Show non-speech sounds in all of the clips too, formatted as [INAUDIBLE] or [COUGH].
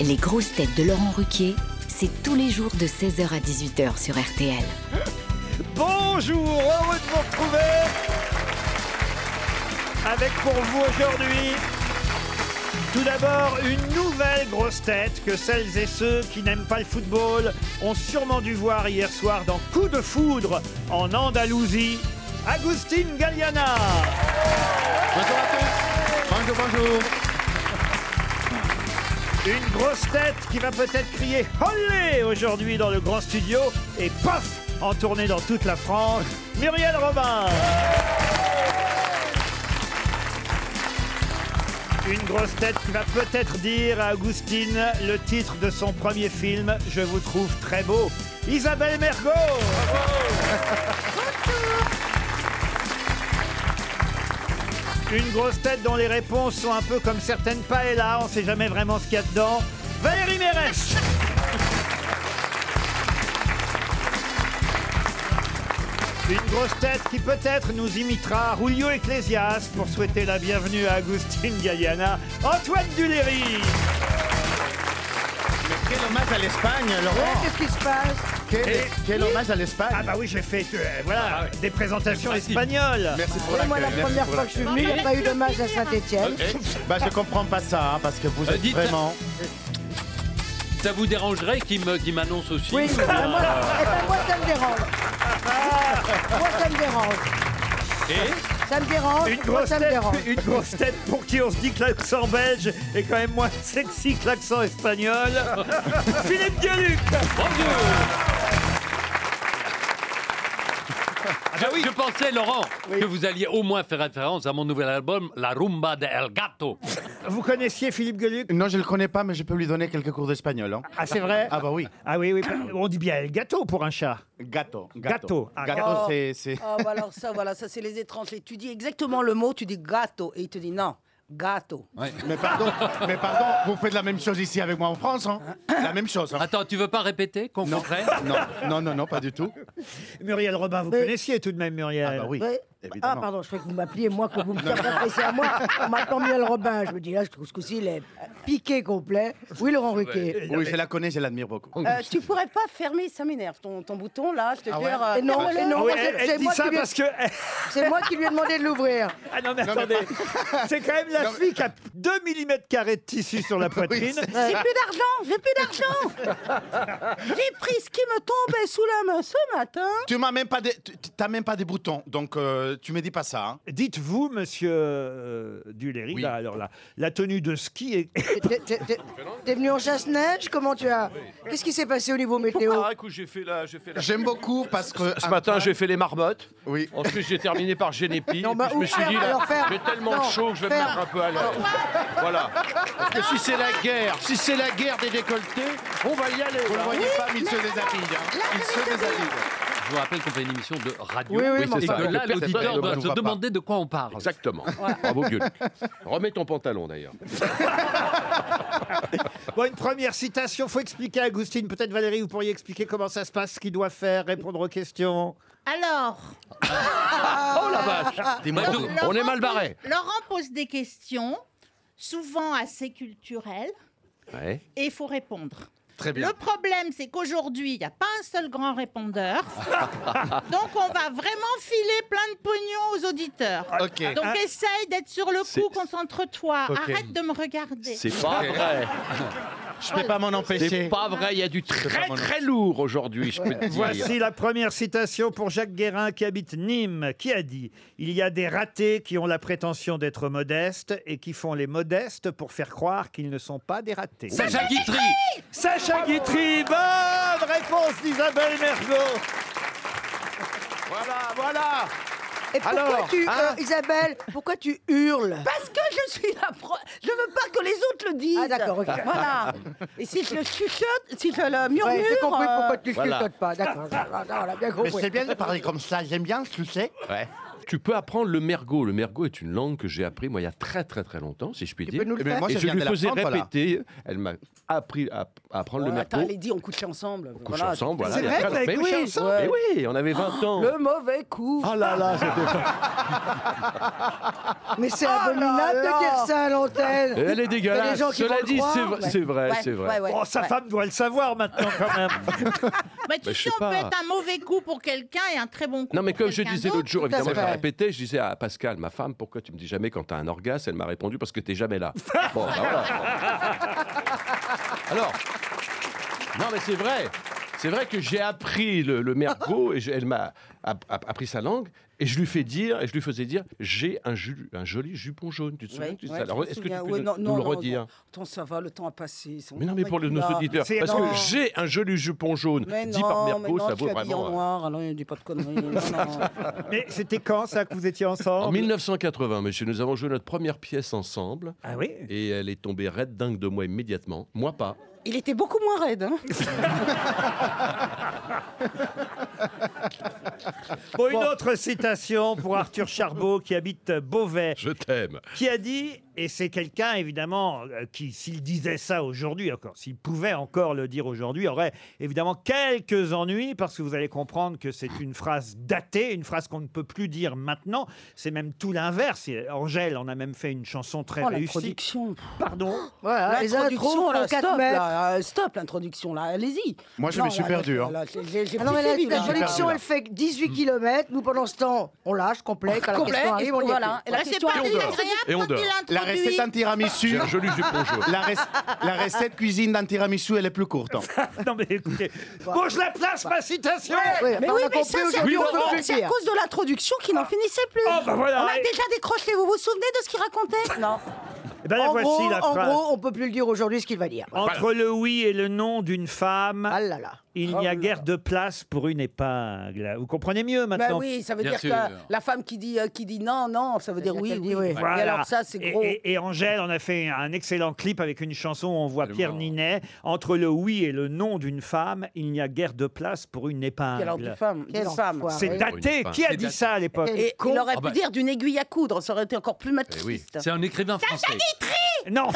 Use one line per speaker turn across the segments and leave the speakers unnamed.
Les grosses têtes de Laurent Ruquier, c'est tous les jours de 16h à 18h sur RTL.
Bonjour, heureux de vous retrouver avec pour vous aujourd'hui tout d'abord une nouvelle grosse tête que celles et ceux qui n'aiment pas le football ont sûrement dû voir hier soir dans Coup de foudre en Andalousie, Agustin Galliana. Bonjour à tous. Bonjour, bonjour. Une grosse tête qui va peut-être crier Holé aujourd'hui dans le grand studio et paf en tournée dans toute la France, Muriel Robin. Une grosse tête qui va peut-être dire à Augustine le titre de son premier film Je vous trouve très beau. Isabelle Mergot Une grosse tête dont les réponses sont un peu comme certaines paella, on sait jamais vraiment ce qu'il y a dedans. Valérie Mérès Une grosse tête qui peut-être nous imitera Julio Ecclesias pour souhaiter la bienvenue à Agustine Galliana, Antoine Duléry.
Quel hommage à l'Espagne, Laurent
Qu'est-ce qui se passe
Quel,
Et-
quel hommage à l'Espagne
Ah bah oui, j'ai fait euh, voilà,
Ah ouais.
des présentations
Ah si.
espagnoles.
Merci pour
Moi, la
l'accueil, merci
première
pour
fois que je suis
l'accueil.
venue, il n'y a pas eu d'hommage à Saint-Etienne.
Bah je comprends pas ça, hein, parce que vous
Euh,
êtes
dites-
vraiment...
Ça vous dérangerait qu'il me- qu'il m'annonce aussi Euh, ah,
Oui, mais moi, eh ben, moi, ça me dérange. Ah. Moi, ça me dérange.
Et
Ça me dérange.
Une
moi,
grosse,
Oh, ça me
tête,
dérange.
une grosse tête pour qui on se dit que l'accent belge est quand même moins sexy que l'accent
[LAUGHS]
espagnol. Philippe Gueluc
Bonjour Je- Je pensais, Laurent, que vous alliez au moins faire référence à mon nouvel album, La Rumba de El Gato.
Vous connaissiez Philippe Gueluc
Non, je le connais pas, mais je peux lui donner quelques cours d'espagnol. hein.
Ah c'est vrai
Ah bah oui,
Ah oui, oui, on dit bien gâteau pour un chat.
gâteau.
Gâteau,
Gâteau,
ah,
gâteau.
c'est... c'est-
Ah, bah, alors ça, voilà, ça, c'est les étrangers. Tu dis exactement le mot, tu dis gâteau. Et il te dit non, gâteau.
Mais pardon, mais pardon, vous faites la même chose ici avec moi en France, hein La même chose, hein.
Attends, tu veux pas répéter qu'on
Non,
comprenne
non, non, non, non, pas du tout.
Muriel Robin, vous
Oui.
connaissiez tout de même Muriel.
Ah bah oui,
Oui. Ah,
évidemment.
pardon, je croyais que vous m'appeliez, moi, que vous me adressez à moi. On m'appelle Miel Robin. Je me dis, là, je trouve ce coup-ci, il est piqué complet. Oui, Laurent Ruquier.
Oui, je la connais, je l'admire beaucoup.
Euh, tu pourrais pas fermer, ça m'énerve, ton, ton bouton là, je te
Oh, Ah ouais
jure. euh,
Et non,
ferme-le.
et non,
Ah oui,
moi,
elle,
c'est
elle
c'est
dit
Eh, moi,
ça
qui lui ai-
parce que... [LAUGHS]
c'est moi qui lui ai demandé de l'ouvrir.
Ah non mais
Non, mais
attendez, c'est quand même la
Non, mais-
fille qui a 2 mm carrés de tissu sur
[LAUGHS]
la poitrine.
J'ai plus d'argent, j'ai plus d'argent.
[LAUGHS]
j'ai pris ce qui me tombait sous la main ce matin.
Tu m'as même pas des... tu- T'as même pas des boutons, donc euh, tu me dis pas ça, hein.
Dites-vous, monsieur euh, Duléry, là, alors là, la tenue de ski est...
T'es- t'es- t'es- T'es venu en chasse-neige Comment tu as Qu'est-ce qui s'est passé au niveau météo
Ah, écoute, j'ai fait la, j'ai fait la-
J'aime beaucoup parce que...
Ce matin, j'ai fait les marmottes.
Oui.
Ensuite, j'ai terminé par Génépi.
Non, bah,
je me
ou
suis
faire,
dit, là,
alors faire.
j'ai tellement
Non,
chaud que je vais
faire.
me mettre un peu à l'air. Voilà. Parce que si c'est la guerre, si c'est la guerre des décolletés, on va y aller.
Vous ne
là.
voyez pas, mais il se déshabille. hein. Il se déshabille.
Je vous rappelle qu'on fait une émission de radio.
Oui, oui,
Oui,
mon
c'est
Et
ça.
que
Et
là,
le pire, c'est
l'auditeur
qu'on
doit
nous
se
voit pas.
demander de quoi on parle.
Exactement. Bravo, Gueule. Remets ton pantalon, d'ailleurs.
[LAUGHS] Bon, une première citation, faut expliquer à Agustine. Peut-être Valérie, vous pourriez expliquer comment ça se passe, ce qu'il doit faire, répondre aux questions.
Alors,
Oh la vache
Dis-moi tout.
Bah, Laurent
On est mal barré.
pose- Laurent pose des questions, souvent assez culturelles,
Ouais.
et il faut répondre.
Très bien.
Le problème, c'est qu'aujourd'hui, il n'y a pas un seul grand répondeur. donc, on va vraiment filer plein de pognon aux auditeurs.
Ok.
Donc, essaye d'être sur le coup, concentre-toi.
Ok.
Arrête de me regarder.
C'est pas vrai.
Je peux pas m'en empêcher.
C'est pas vrai. Il y a du très
mon
très lourd aujourd'hui, je peux te dire.
Voici la première citation pour Jacques Guérin qui habite Nîmes, qui a dit Il y a des ratés qui ont la prétention d'être modestes et qui font les modestes pour faire croire qu'ils ne sont pas des ratés.
Sacha Guitry
Sacha Guitry, bonne réponse d'Isabelle Mergot.
Voilà, voilà.
Et pourquoi
Alors,
tu, euh,
hein
Isabelle, pourquoi tu hurles
Parce que je suis la pro... Je veux pas que les autres le disent.
Ah, d'accord, ok.
Voilà. Et si je le chuchote, si je le murmure.
Ouais, J'ai compris
euh, Ah,
pourquoi tu Ah, ne
voilà.
chuchotes pas. D'accord, d'accord, on a bien
Mais
compris.
Ah,
c'est bien de parler comme ça, j'aime bien, tu sais.
Ouais.
tu peux apprendre le mergot. Le mergot est une langue que j'ai appris moi il y a très très très longtemps, si je puis
Tu
dire.
peux nous le
Et
faire
moi,
Eh ben, je
je
viens
lui
de
faisais
l'apprendre, là.
répéter. Elle m'a appris à, à apprendre
Oh,
le mergot.
Attends, elle dit on couchait ensemble.
On couche ensemble, voilà.
C'est
il y a
vrai
très
que vous avez couché
longtemps. mais oui,
ensemble
mais hein. oui, on avait 20 ans.
Ah, Le mauvais coup. Ah.
Oh là là, c'était.
Ah, Mais c'est abominable de dire ça à l'antenne.
Elle est
Il y a des
dégueulasse.
gens qui
Cela
vont le
dit,
croire,
c'est vrai,
ouais.
c'est vrai.
Ouais,
c'est vrai.
ouais, ouais,
Oh, sa
ouais.
femme doit le savoir maintenant quand
[LAUGHS]
même.
Bah, tu
Bah, je
sais,
sais
on peut
pas.
être un mauvais coup pour quelqu'un et un très bon coup.
Non, mais
pour
comme je
quelqu'un
disais
d'autre.
l'autre jour,
tout à
évidemment, je
fait.
répétais, je disais à Pascal, ma femme, pourquoi tu me dis jamais quand t'as un orgasme Elle m'a répondu parce que t'es
[LAUGHS]
jamais là. Bon, bah voilà. Alors, non, mais c'est vrai. C'est vrai que j'ai appris le, le mergot et je- elle m'a app- app- appris sa langue et je lui fais dire et je lui faisais dire j'ai un, ju- un joli jupon jaune. Tu te souviens
Ouais,
de tout
ouais,
ça
je
Alors,
me
est-ce que tu
souviens.
peux
Ouais,
nous-
non,
nous
non,
le
non,
redire
non. Attends, ça va, le temps a passé. c'est-
Mais non,
on
mais
va
pour
être
nos
là.
auditeurs,
C'est
parce
énorme.
que j'ai un joli jupon jaune
Mais
dit par
non, mais
mergot,
non,
ça
tu
vaut
l'as dit en
vraiment. euh,
noir, alors dis pas de conneries. non, non.
Mais c'était quand ça que vous étiez
En
ensemble
1980, monsieur, nous avons joué notre première pièce ensemble.
Ah oui
Et elle est tombée raide dingue de moi immédiatement. Moi pas.
Ah
Il était beaucoup moins raide. hein.
Bon, une autre citation pour Arthur Charbot qui habite Beauvais,
Je t'aime.
qui a dit, et c'est quelqu'un évidemment euh, qui, s'il disait ça aujourd'hui, encore, s'il pouvait encore le dire aujourd'hui, aurait évidemment quelques ennuis parce que vous allez comprendre que c'est une phrase datée, une phrase qu'on ne peut plus dire maintenant. C'est même tout l'inverse. Et Angèle en a même fait une chanson très
Oh,
réussie.
l'introduction.
Pardon.
Voilà, les intros
L'introduction,
font
là,
4
stop,
mètres.
là, euh, stop l'introduction, là, allez-y.
Moi, je
Non,
me suis
là,
perdu,
là,
hein.
là, j'ai- j'ai
Ah non, mais
pris
la,
celui,
la
là.
production, elle fait 18 km. Nous, pendant ce temps, on lâche complet. Quand la
Complet,
question
et
arrive, on y est
voilà.
plus.
Et la
Bah, c'est
question
pas
arrive.
désagréable
Et on
quand
dort.
il
La
introduit.
recette d'un tiramisu.
J'ai un joli jupon jaune.
La, rec- la recette cuisine d'un tiramisu, elle est plus courte. hein.
[LAUGHS] Non mais écoutez, bon je la place ma citation.
Oui,
Mais
on
oui,
a
mais
compris
ça, c'est à,
aujourd'hui,
cause-
on peut plus le
c'est à
dire.
cause de l'introduction qui n'en finissait plus.
Oh, bah voilà.
On a déjà décroché, vous vous souvenez de ce qu'il racontait Non.
Eh ben la
En
voici
gros,
la
en
phrase.
gros, on peut plus le dire aujourd'hui ce qu'il va dire.
Entre le oui et le non d'une femme,
Ah là là.
il n'y a guère de place pour une épingle. Vous comprenez mieux
Bah
maintenant.
oui, ça veut
Bien
dire
sûr.
que la femme qui dit, euh, qui dit non, non, ça veut dire
dire
oui,
qu'elle
oui.
dit oui.
Et
Voilà.
alors ça, c'est
Et-
gros.
Et, et Angèle en a fait un excellent clip avec une chanson où on voit Pierre
Absolument.
Ninet. Entre le oui et le non d'une femme, il n'y a guère de place pour une
Quelle ordre
épingle.
de Ah, femme,
Quelle
de femme.
enfoirée.
C'est daté.
épingle.
Qui a
Oh, C'est
dit
daté.
ça à l'époque
Quel-
Et il aurait
Ah
pu
bah. Eh
dire d'une aiguille à coudre, ça aurait été encore plus matriciste.
C'est un écrivain français.
Non.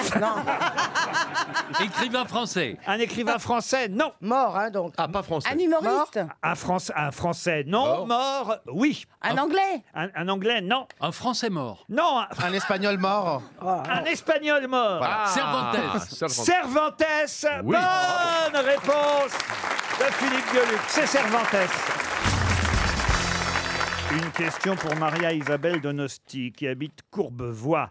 Écrivain français.
Un écrivain français, non.
Mort, hein, donc.
Ah, pas français.
Un humoriste,
Un, France, un français,
Mort.
non. Mort, oui.
un anglais.
Un, un anglais, non.
Un français mort.
Non. un-
Un espagnol mort.
Un espagnol mort. Ah.
Cervantes.
Cervantes.
Cervantes.
Oui.
Bonne réponse de Philippe Gueluc. C'est Cervantes. Une question pour Maria Isabelle Donosti qui habite Courbevoie.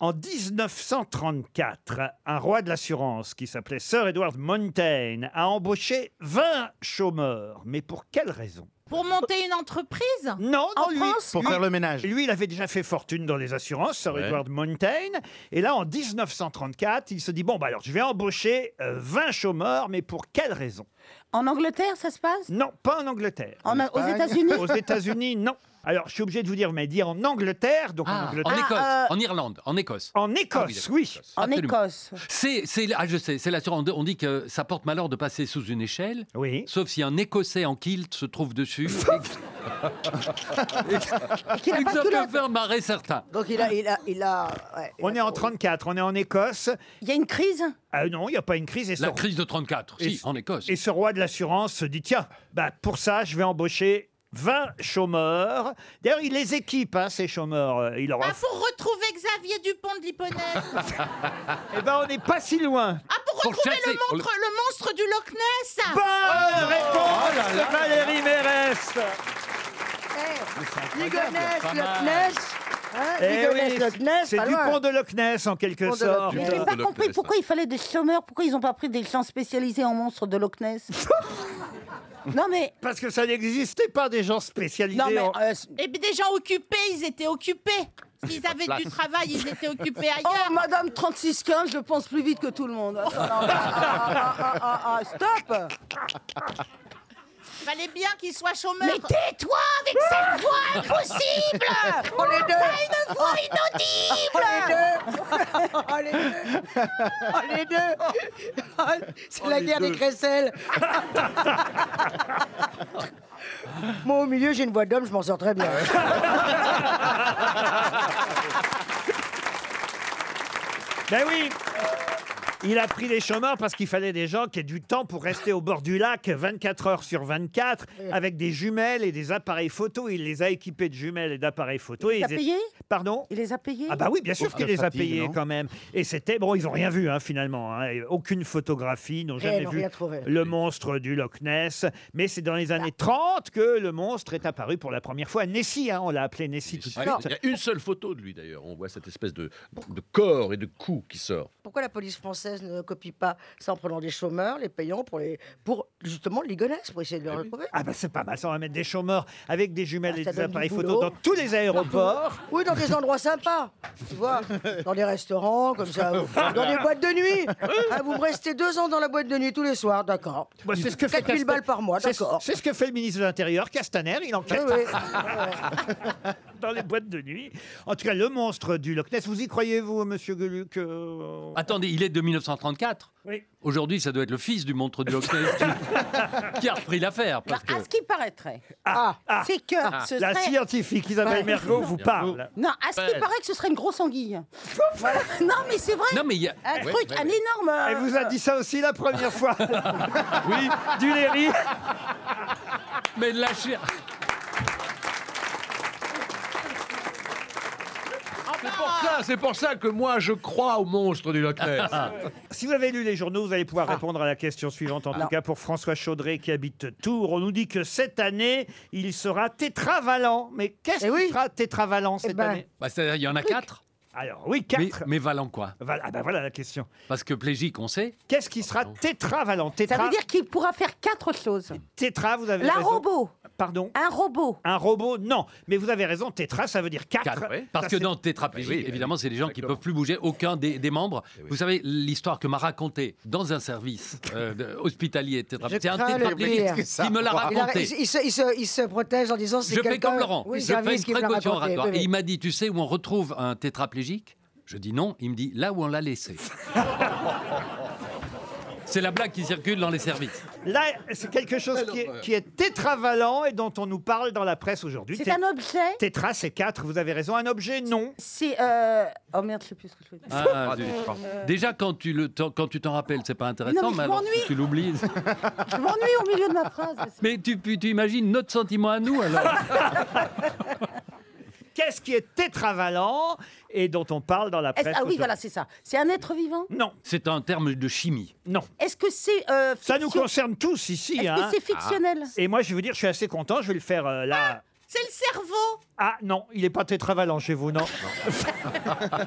En 1934, un roi de l'assurance qui s'appelait Sir Edward Montaigne a embauché 20 chômeurs. Mais pour quelle raison
Pour monter une entreprise
Non, non,
En
lui-
France
Pour faire le ménage.
lui, il avait déjà fait fortune dans les assurances, Sir
Ouais.
Edward Montaigne. Et là, en 1934, il se dit Bon, bah alors, je vais embaucher euh, 20 chômeurs, mais pour quelle raison
En Angleterre, ça se passe
Non, pas en Angleterre.
En- Aux États-Unis
Aux États-Unis, non. Alors, je suis obligé de vous dire, mais dire en Angleterre, donc en
Ah, en
Angleterre.
Écosse,
Ah,
en Irlande, en Écosse.
euh, En Écosse, oui.
En
Absolument.
Écosse.
C'est, c'est, ah, je sais, c'est la on, on dit que ça porte malheur de passer sous une échelle,
Oui.
sauf si un Écossais en kilt se trouve dessus. [LAUGHS]
Qu'il a
Et
pas de
ça peut
culotte.
faire marrer certains.
Donc il a. Il a, il a ouais, il
On
a-
est en 34, on est en Écosse.
Il y a une crise
Ah non, il n'y a pas une crise. Et ce,
La crise de 34,
Et
si,
c-
en Écosse.
et ce roi de l'assurance se dit Tiens, bah, pour ça, je vais embaucher 20 chômeurs. D'ailleurs, il les équipe, hein, ces chômeurs. Euh, Il leur
Ah,
offre
pour retrouver Xavier Dupont de Ligonnès.
Eh ben, on n'est pas si loin.
Ah, pour
Pour
retrouver le,
chasser-
montre- le monstre du Loch Ness.
Bonne réponse de Oh Valérie Mérès.
Ligonesse, le Kness. Hein,
Eh
Ligonesse, le
oui,
Kness,
c'est
pas
du
loin.
pont de Loch Ness en quelque
Pont de Loch
sorte.
Ness.
Mais j'ai
Loch
pas
Ness,
compris
là.
pourquoi il fallait des chômeurs, pourquoi ils ont pas pris des gens spécialisés en monstres de Loch
[LAUGHS]
Ness. non mais,
Parce que ça n'existait pas des gens spécialisés.
non mais,
en-
euh, c-
Et puis des gens occupés, ils étaient occupés. S'ils avaient du travail, ils étaient occupés ailleurs.
oh Madame 3615, je pense plus vite que tout le monde. Attends, non, ah, ah, ah, ah, ah, stop
Il fallait bien qu'ils soient chômeurs.
Mais tais-toi avec
Ah
cette voix impossible
Oh les deux
Une voix inaudible
Oh les deux Oh les deux [LAUGHS] Oh les
[LAUGHS]
[LAUGHS] deux Oh, C'est la guerre des crécelles Moi, au milieu, j'ai une voix d'homme, je m'en sors très bien.
Ben oui il a pris les chômeurs parce qu'il fallait des gens qui aient du temps pour rester au bord du lac 24 heures sur 24 avec des jumelles et des appareils photo. Il les a équipés de jumelles et d'appareils photo.
Il
Et
les a
ils é-
payés
Pardon
Il les a payés
Ah bah oui, bien sûr
Pauvre
qu'il
de
les a
fatigue,
payés
non
quand même. Et c'était bon, ils ont rien vu hein, finalement. hein. Et Aucune photographie, ils
Eh,
n'ont jamais
n'ont
vu
rien trouvé.
le monstre du Loch Ness. Mais c'est dans les
Ah.
années 30 que le monstre est apparu pour la première fois. Nessie, hein, on l'a appelé Nessie tout de
Ouais,
suite.
Il y a une seule photo de lui d'ailleurs. On voit cette espèce de, de corps et de cou qui sort.
Pourquoi la police française ne copie pas ça en prenant des chômeurs, les payants pour, les... pour justement l'igonesse, pour essayer de le retrouver
Ah bah c'est pas mal, ça on va mettre des chômeurs avec des jumelles
Ah,
et
ça
des
donne du
appareils
boulot.
photo dans tous les aéroports.
Oui, dans des endroits sympas,
[LAUGHS]
tu vois, dans des restaurants, comme ça, ou dans des boîtes de nuit. Ah, vous me restez deux ans dans la boîte de nuit tous les soirs, d'accord.
Bah, c'est ce que
4 000
Castan-
balles par mois,
C'est
d'accord.
c'est ce que fait le ministre de l'Intérieur, Castaner, il
Oui,
enquête [LAUGHS]
oui.
dans les boîtes de nuit. En tout cas, le monstre du Loch Ness, vous y croyez-vous, monsieur Gueluc euh,
Attendez, il est de 1934.
Oui.
Aujourd'hui, ça doit être le fils du montre du Hockey qui, qui a repris l'affaire. Parce que...
À ce qui paraîtrait,
Ah, ah,
c'est que ce
la
serait...
scientifique Isabelle
Ouais.
Mergo vous parle.
Non, à ce qui
Ouais.
paraît que ce serait une grosse anguille. Voilà. Non, mais c'est vrai.
Non, mais il y a-
Un truc, un énorme.
Elle
euh,
vous a dit ça aussi la
[LAUGHS]
première fois. oui, du Léry.
mais lâchez.
C'est pour ça, c'est pour ça que moi je crois au monstre du Loch Ness.
Ah.
Ah.
Si vous avez lu les journaux, vous allez pouvoir répondre à la question suivante, en tout cas pour François Chaudret qui habite Tours. On nous dit que cette année, il sera tétravalent. Mais qu'est-ce
Eh oui.
qu'il sera tétravalent
Eh
cette
ben.
année
Bah, c'est-à-dire, il y en a quatre.
Alors oui,
Mais,
quatre.
mais valant quoi
Voilà, ah ben voilà la question.
Parce que plégique, on sait.
Qu'est-ce qui sera tétravalent
Ça
tétra,
veut dire qu'il pourra faire quatre choses.
tétra, vous avez
La
raison.
robot,
Pardon
un robot.
Un robot Non. Mais vous avez raison, tétra, ça veut dire quatre.
Quatre.
ouais.
Parce
Ça,
que
c'est-
dans tétraplégique,
Bah oui, bah
évidemment,
oui,
c'est des gens qui ne
exactement.
peuvent plus bouger aucun des, des membres.
Eh
Vous savez, l'histoire que m'a racontée dans un service euh, de- hospitalier tétraplégique, c'est
Je
un
crains le pire.
tétraplégique qui me l'a
Il, a-
raconté.
il se, il se- il se protège en disant c'est
Je fais
quelqu'un-
comme Laurent.
Oui,
je fais
Jarvis
une
qui me l'a
précaution
raconté,
oratoire.
oui, oui.
Et il m'a dit, tu sais où on retrouve un tétraplégique Je dis non. Il me dit, là où on l'a laissé. C'est la blague qui circule dans les services.
Là, c'est quelque chose qui est, qui est tétravalent et dont on nous parle dans la presse aujourd'hui.
C'est
Té-
un objet.
Tétra, c'est quatre. Vous avez raison. Un objet Non.
C'est. euh, Oh merde, je sais plus ce que je voulais dire.
Ah, zut. Déjà, quand tu le- t'en- quand tu t'en rappelles, c'est pas intéressant,
Non, mais je
mais, alors,
m'ennuie.
tu l'oublies.
euh, Je m'ennuie au milieu de ma phrase.
Mais tu, tu imagines notre sentiment à nous, alors
Qu'est-ce qui est tétravalent et dont on parle dans la
Est-ce-
presse
Ah oui,
aujourd'hui
voilà, c'est ça. C'est un être vivant.
Non,
C'est un terme de chimie.
non.
Est-ce que c'est. euh,
Ça nous
fiction-
concerne tous ici.
Est-ce
Hein.
que c'est fictionnel Ah
Et moi, je vais vous dire, je suis assez content. Je vais le faire euh, là.
C'est le cerveau
Ah non, il n'est pas tétravalent chez
[LAUGHS]
vous, non.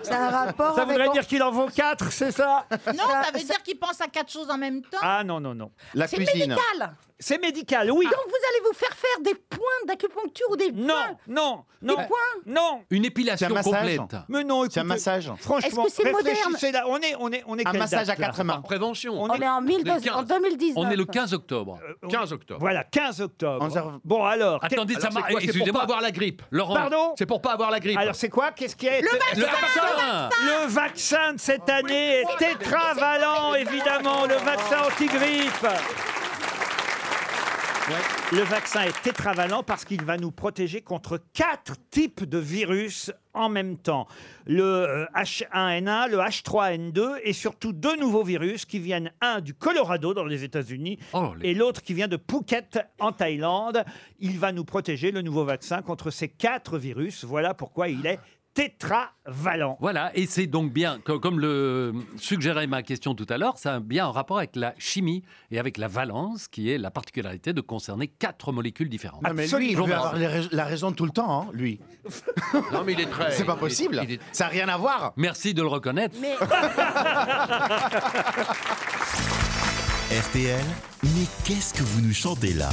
C'est un rapport
Ça
avec-
voudrait dire qu'il en vaut quatre, c'est ça
Non, ça veut dire qu'il pense à quatre choses en même temps.
Ah non, non, non.
La
C'est
cuisine.
médical.
C'est médical, oui.
Donc vous allez vous faire faire des points d'acupuncture ou des
Non,
points.
non,
Des
non,
points.
non.
Une
C'est
épilation
un massage.
complète.
Mais non, écoutez,
C'est un massage.
Franchement,
Est-ce que c'est moderne
réfléchissez là. On est, on est, on est
Un
quelle
massage à
date, là
quatre mains.
Prévention.
On
On est en, 1200
quinze.
en 2019.
On est le 15 octobre.
Euh, on-
15 octobre.
Voilà, 15 octobre.
Onze heures-
Bon alors. qu'est-
Attendez,
Alors,
ça
c'est
m'a.
quoi C'est pour pas
Excusez-moi,
avoir la grippe.
Laurent.
Pardon
C'est pour pas avoir la grippe.
Alors c'est quoi Qu'est-ce qui est
le vaccin
Le vaccin de cette année est tétravalent, évidemment, le vaccin antigrippe. Le vaccin est tétravalent parce qu'il va nous protéger contre quatre types de virus en même temps. Le euh, H1N1, le H3N2 et surtout deux nouveaux virus qui viennent, un du Colorado dans les États-Unis
Oh, les-
et l'autre qui vient de Phuket en Thaïlande. Il va nous protéger, le nouveau vaccin, contre ces quatre virus. Voilà pourquoi il est tétravalent.
Voilà, et c'est donc bien, co- comme le suggérait ma question tout à l'heure, ça a bien un rapport avec la chimie et avec la valence, qui est la particularité de concerner quatre molécules différentes.
Non, mais lui, il
Absolument.
veut avoir les rais- la raison tout le temps, hein, lui.
Non mais il est très.
C'est pas
il est-
possible.
il est-
Ça n'a rien à voir.
Merci de le reconnaître.
Mais
RTL, mais qu'est-ce que vous nous chantez là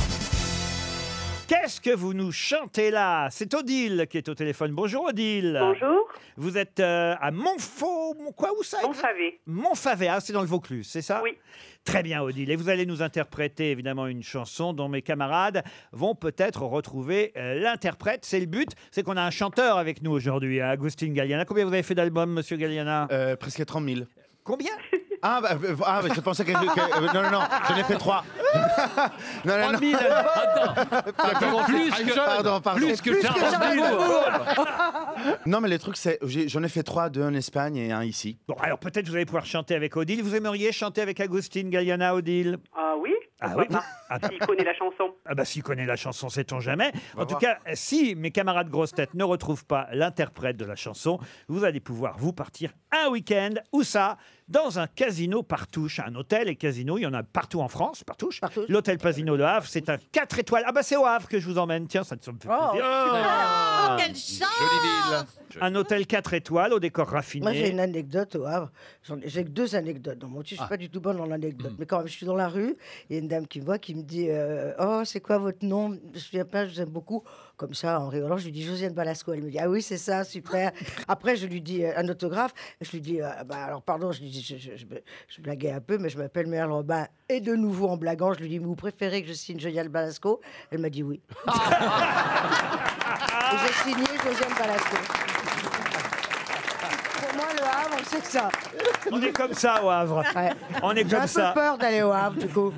Qu'est-ce que vous nous chantez là C'est Odile qui est au téléphone. Bonjour Odile. Bonjour. Vous êtes euh, à Montfaux, Mon- quoi où ça Montfavé. Montfavé, ah, c'est dans le Vaucluse, c'est ça Oui. Très bien Odile. Et vous allez nous interpréter évidemment une chanson dont mes camarades vont peut-être retrouver euh, l'interprète. C'est le but, c'est qu'on a un chanteur avec nous aujourd'hui, hein, Agustin Galliana. Combien vous avez fait d'albums, monsieur Galliana
Euh, presque 30 000.
Combien
Ah, bah, euh, ah, mais je pensais qu'elle. que- euh, non, non, non, j'en ai fait trois. [LAUGHS] non, non, non.
3000,
Pardon,
plus que-
pardon, pardon.
plus que Plus que Charles Charles Aznavour.
Non, mais le truc, c'est. j'ai- J'en ai fait trois, deux en Espagne et un ici.
Bon, alors peut-être vous allez pouvoir chanter avec Odile. Vous aimeriez chanter avec Agustin Galliana, Odile
Ah oui
Ah
pourquoi
oui
pas,
[LAUGHS] Ah bah.
S'il connaît la chanson.
Ah bah s'il connaît la chanson, sait-on jamais.
va
En tout
voir.
cas, si mes camarades grosses têtes ne retrouvent pas l'interprète de la chanson, vous allez pouvoir vous partir un week-end, où ça Dans un casino par touche, un hôtel et casino, il y en a partout en France, par touche. L'hôtel Pasino de Havre, c'est un 4 étoiles. Ah bah c'est au Havre que je vous emmène, tiens, ça, ça me fait plaisir.
Oh, quelle chance
Un hôtel 4 étoiles au décor raffiné.
Moi, j'ai une anecdote au Havre. J'en ai- J'ai que deux anecdotes dans mon titre. Je suis pas du tout bonne dans l'anecdote. Mais quand même, je suis dans la rue, il y a une dame qui me voit qui me dit euh, Oh, c'est quoi votre nom Je me souviens pas, je vous aime beaucoup. Comme ça, en rigolant, je lui dis Josiane Balasco. Elle me dit Ah oui, c'est ça, super. Après, je lui dis euh, un autographe. Je lui dis Ah, bah, Alors, pardon, je, lui dis, je, je- je me- je blaguais un peu, mais je m'appelle Merle Robin. Et de nouveau, en blaguant, je lui dis Mais vous préférez que je signe Josiane Balasco Elle m'a dit Oui. Et j'ai
Ah.
signé Josiane Balasco. Pour moi, le Havre, on sait que ça.
On est comme ça au Havre. On est
J'ai
comme
un
ça.
peu peur d'aller au Havre, du coup.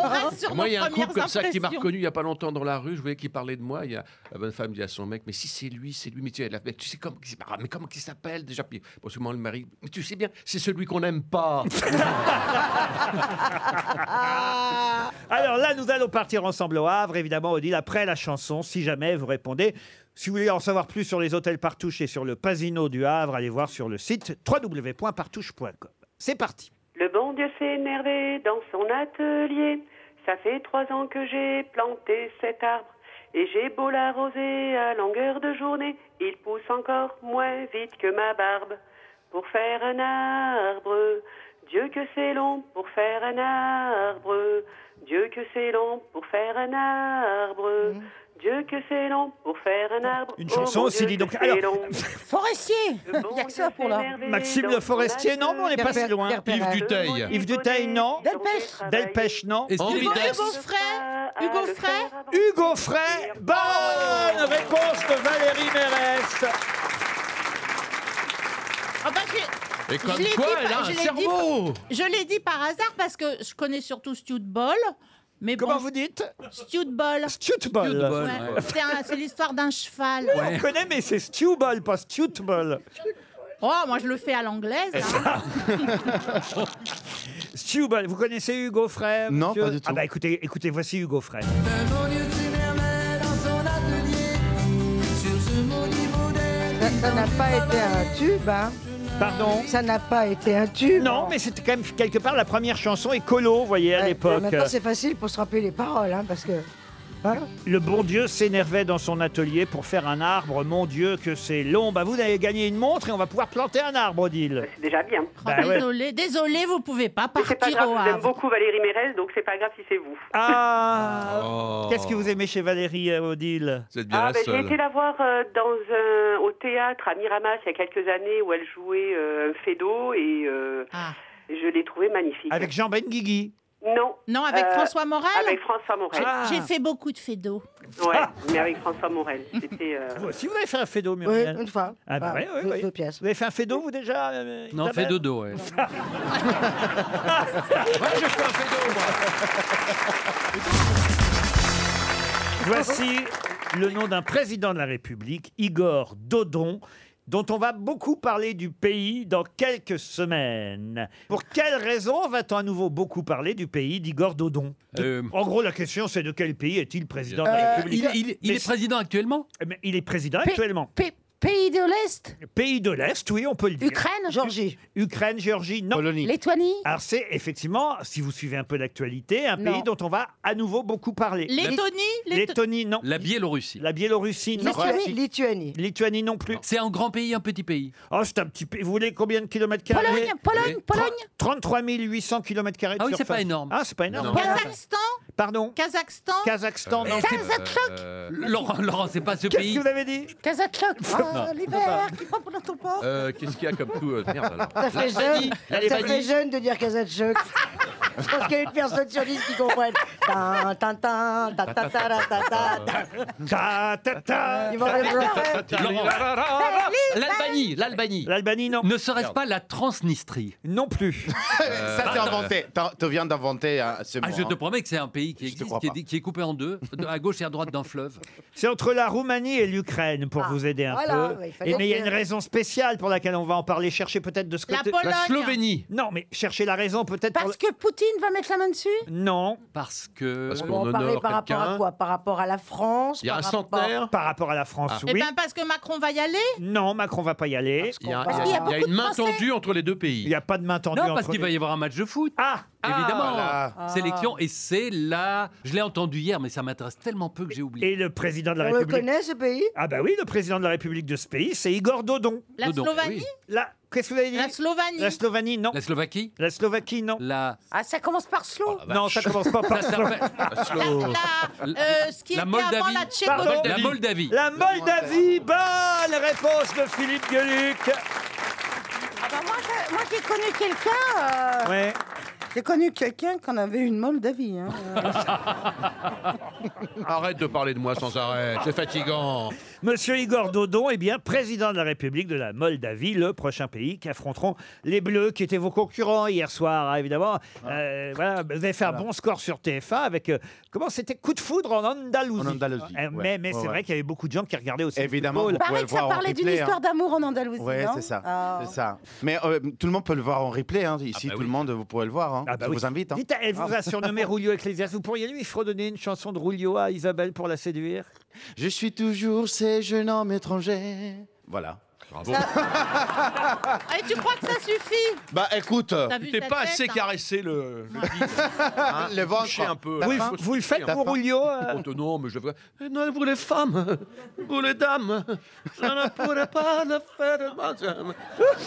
Ah,
Moi, il y a un couple comme ça qui m'a reconnu il n'y a pas longtemps dans la rue. Je voyais qu'il parlait de moi. Il y a la bonne femme dit à son mec Mais si c'est lui, c'est lui. Mais tu, elle a- mais tu sais comment, ah, mais comment il s'appelle déjà Puis, bon, souvent, le mari Mais tu sais bien, c'est celui qu'on n'aime pas.
Alors là, nous allons partir ensemble au Havre, évidemment, Odile, après la chanson, si jamais vous répondez. Si vous voulez en savoir plus sur les hôtels Partouche et sur le Pasino du Havre, allez voir sur le site www.partouche.com. C'est parti.
Le bon Dieu s'est énervé dans son atelier. Ça fait trois ans que j'ai planté cet arbre. Et j'ai beau l'arroser à longueur de journée, il pousse encore moins vite que ma barbe. Pour faire un arbre, Dieu que c'est long pour faire un arbre. Dieu que c'est long pour faire un arbre. Dieu que c'est long pour faire un arbre.
Mmh. Une
Oh,
chanson
mon
aussi,
Dieu,
dis
que
donc.
c'est
[LAUGHS] Alors-
long.
Forestier
Il n'y a que ça pour là.
Maxime Le Forestier, non, mais on n'est pas si loin. Yves Duteil, non.
Delpech.
Delpech, non.
Hugo, Hugo Frey Hugo
Euh,
Frey
Hugo Frey, bonne réponse de Valérie Mérès.
euh,
Ah bah, j'ai-
Et comme
je l'ai
quoi,
dit
elle
par-
a un
je l'ai dit-
cerveau.
Je l'ai dit par hasard parce que je connais surtout Stuart Ball. Mais
Comment vous dites
Stuart Ball.
Stuart Ball. Stuart Ball,
Ouais,
ouais.
c'est un- C'est l'histoire d'un cheval.
On connaît, mais c'est Stewball, pas Stewball.
Oh, moi je le fais à l'anglaise.
Eh
hein.
[LAUGHS] Stewball, ben. vous connaissez Hugo Frey Non, pas du tout. Ah bah écoutez, écoutez, voici Hugo Frey.
Le bon Dieu s'émerveille dans son atelier. Sur ce maudit modèle.
Ça ça n'a pas été un tube, hein
Pardon
Ça n'a pas été un tube.
Non, mais c'était quand même quelque part la première chanson écolo, vous voyez, à l'époque.
Maintenant, c'est facile pour se rappeler les paroles, hein, parce que. hein
Le bon Dieu s'énervait dans son atelier pour faire un arbre. Mon Dieu, que c'est long. Bah, vous avez gagné une montre et on va pouvoir planter un arbre, Odile.
C'est déjà bien.
Bah ouais.
Désolé, désolé, vous pouvez pas
Mais c'est pas
partir
grave,
au
je vous aime
Havre.
beaucoup Valérie Mérez, donc c'est pas grave si c'est vous.
Ah
Oh.
Qu'est-ce que vous aimez chez Valérie euh, Odile
Vous êtes
Ah, ben, j'ai été la voir euh, dans un- au théâtre à Miramas il y a quelques années où elle jouait euh, un Fédo et euh,
Ah.
je l'ai trouvée magnifique.
Avec Jean Ben Benguigui.
Non.
Non, avec
Euh,
François Morel
Avec François Morel.
J'ai-
Ah.
J'ai fait beaucoup de fédo.
Ouais, mais avec François Morel. C'était. euh,
Vous aussi, vous avez fait un fédo, Muriel
Oui, une fois.
Ah, bah,
Bah,
ouais, ouais,
deux-
ouais.
deux pièces.
Vous avez fait un fédo, vous déjà euh,
[LAUGHS] Non,
Isabelle
fait de dos, ouais.
Voici le nom d'un président de la République, Igor Dodon, dont on va beaucoup parler du pays dans quelques semaines. Pour quelle raison va-t-on à nouveau beaucoup parler du pays d'Igor Dodon De- En gros, la question, c'est de quel pays est-il président de la
Euh,
République
il- il- il est
président actuellement ben, Il est président actuellement.
Pays de l'Est
Pays de l'Est, oui, on peut le dire.
Ukraine
Géorgie. Ukraine, Géorgie, non. Polonie.
Lituanie
Alors c'est effectivement, si vous suivez un peu l'actualité, un
Non.
pays dont on va à nouveau beaucoup parler.
Lettonie, Lett-
Lettonie, non. La Biélorussie. La Biélorussie, non.
Lituanie. Lituanie.
Lituanie non plus. C'est un grand pays, un petit pays. Oh, c'est un petit pays. Vous voulez combien de kilomètres carrés
Pologne, Pologne, Pologne.
33 800 kilomètres carrés. de
Ah oui, c'est
surface.
pas énorme.
Ah, c'est pas énorme.
Non.
Kazakhstan
Pardon.
Kazakhstan
Kazakhstan, non.
Euh, Laurent, Laurent, c'est pas ce pays.
Qu'est-ce que vous avez dit
Kazachok
Non.
euh, L'hiver qui frappe dans ton port
Euh, Qu'est-ce qu'il y a comme tout euh, Merde alors.
Ça fait
L'Albanie,
jeune, ça
l'Albanie.
fait jeune de dire Kazachok. Je pense qu'il y a une personne sur dix qui comprenne. Tin, tin, tin, ta, ta, ta, ta, ta,
Euh.
ta, ta. Ils vont répondre.
Laurent. L'Albanie, l'Albanie.
L'Albanie, non.
Ne serait-ce pas la Transnistrie Euh,
Non plus.
[LAUGHS] Ça, c'est inventé. T'en- Tu viens d'inventer hein, ce mot.
Ah, je te
hein.
promets que c'est un pays qui existe,
crois
qui est,
pas.
di- qui est coupé en deux, de- à gauche et à droite d'un fleuve.
C'est entre la Roumanie et l'Ukraine pour vous aider un
voilà,
peu.
ouais, il fallait
Et mais il y a
dire.
une raison spéciale pour laquelle on va en parler. Cherchez peut-être de ce
La
côté.
Pologne. La Slovénie.
Non, mais cherchez la raison peut-être.
Parce que Poutine va mettre la main dessus
Non.
Parce que.
Parce
On va en parler par rapport à quoi Par rapport à la France par rapport-
Par rapport à la
Ah.
France,
Eh
oui.
ben parce que Macron va y aller.
Non, Macron va pas y aller.
qu'on Il y a- va- il y a- il y a Parce qu'il y a une beaucoup de main Français.
tendue entre les deux pays. Il n'y a pas de main tendue
Non, parce
entre
qu'il
les-
va y avoir un match de foot.
Ah
Évidemment.
Ah. Ah.
Sélection. Et c'est là. Je l'ai entendu hier, mais ça m'intéresse tellement peu que j'ai oublié.
Et le président de la
On le
République.
connaît ce pays
Ah bah oui, le président de la République de ce pays, c'est Igor Dodon.
La Dodon, Slovanie oui.
La... Qu'est-ce que vous avez dit La
Slovanie.
La Slovanie, non.
La Slovaquie
La Slovaquie, non.
La... Ah,
Ah, ça commence par slow.
Non, ça commence pas par
Oh Ça
Slo-
s'appelle- La Slo-
Euh, ce qui était
La
avant
Moldavie.
la
Pardon
La
Tchécoslovaquie.
Moldavie.
La Moldavie, bonne réponse de Philippe Gueluc.
Ah bah moi, j'ai- moi, j'ai connu quelqu'un. euh,
Ouais.
J'ai connu quelqu'un qu'on avait une Moldavie. Hein.
[LAUGHS]
[LAUGHS] Arrête de parler de moi sans arrêt, c'est fatigant.
Monsieur Igor Dodon, eh bien, président de la République de la Moldavie, le prochain pays qui affronteront les Bleus, qui étaient vos concurrents hier soir, hein, évidemment.
Ah.
Euh, voilà, vous avez fait un bon score sur TF1 avec, euh, comment c'était, coup de foudre en Andalousie.
En Andalousie,
Euh,
ouais. Oh,
Mais, mais
Ouais,
c'est
ouais.
vrai qu'il y avait beaucoup de gens qui regardaient aussi. le
Évidemment,
football.
vous pouvez
Paraît
le
que ça
voir en
parlait d'une
replay, hein.
histoire d'amour en Andalousie.
Ouais,
non
c'est ça.
Ah.
C'est ça. Mais euh, tout le monde peut le voir en replay. hein.
Ah
Ici, tout le monde, vous pouvez le voir. hein.
bah
je
oui.
vous invite. hein.
Dites, elle vous a
[LAUGHS]
surnommé Rulio Ecclesiastes. Vous pourriez lui fredonner une chanson de Rulio à Isabelle pour la séduire
Je suis toujours ces jeunes hommes étrangers. Voilà.
[LAUGHS]
Bravo.
Et Eh, tu crois que ça suffit
Bah écoute,
T'as vu
t'es
sa
pas
tête,
assez
hein
caressé le.
[LAUGHS]
le bide. Hein,
Le ventre.
toucher un peu.
Vous-
Hein,
vous
faut
le
toucher
faites,
un
vous,
peu.
Rulio, euh
Oh, Non, mais je vois. Eh Non, vous les femmes, vous les dames, je ne pourrais pas le faire. madame.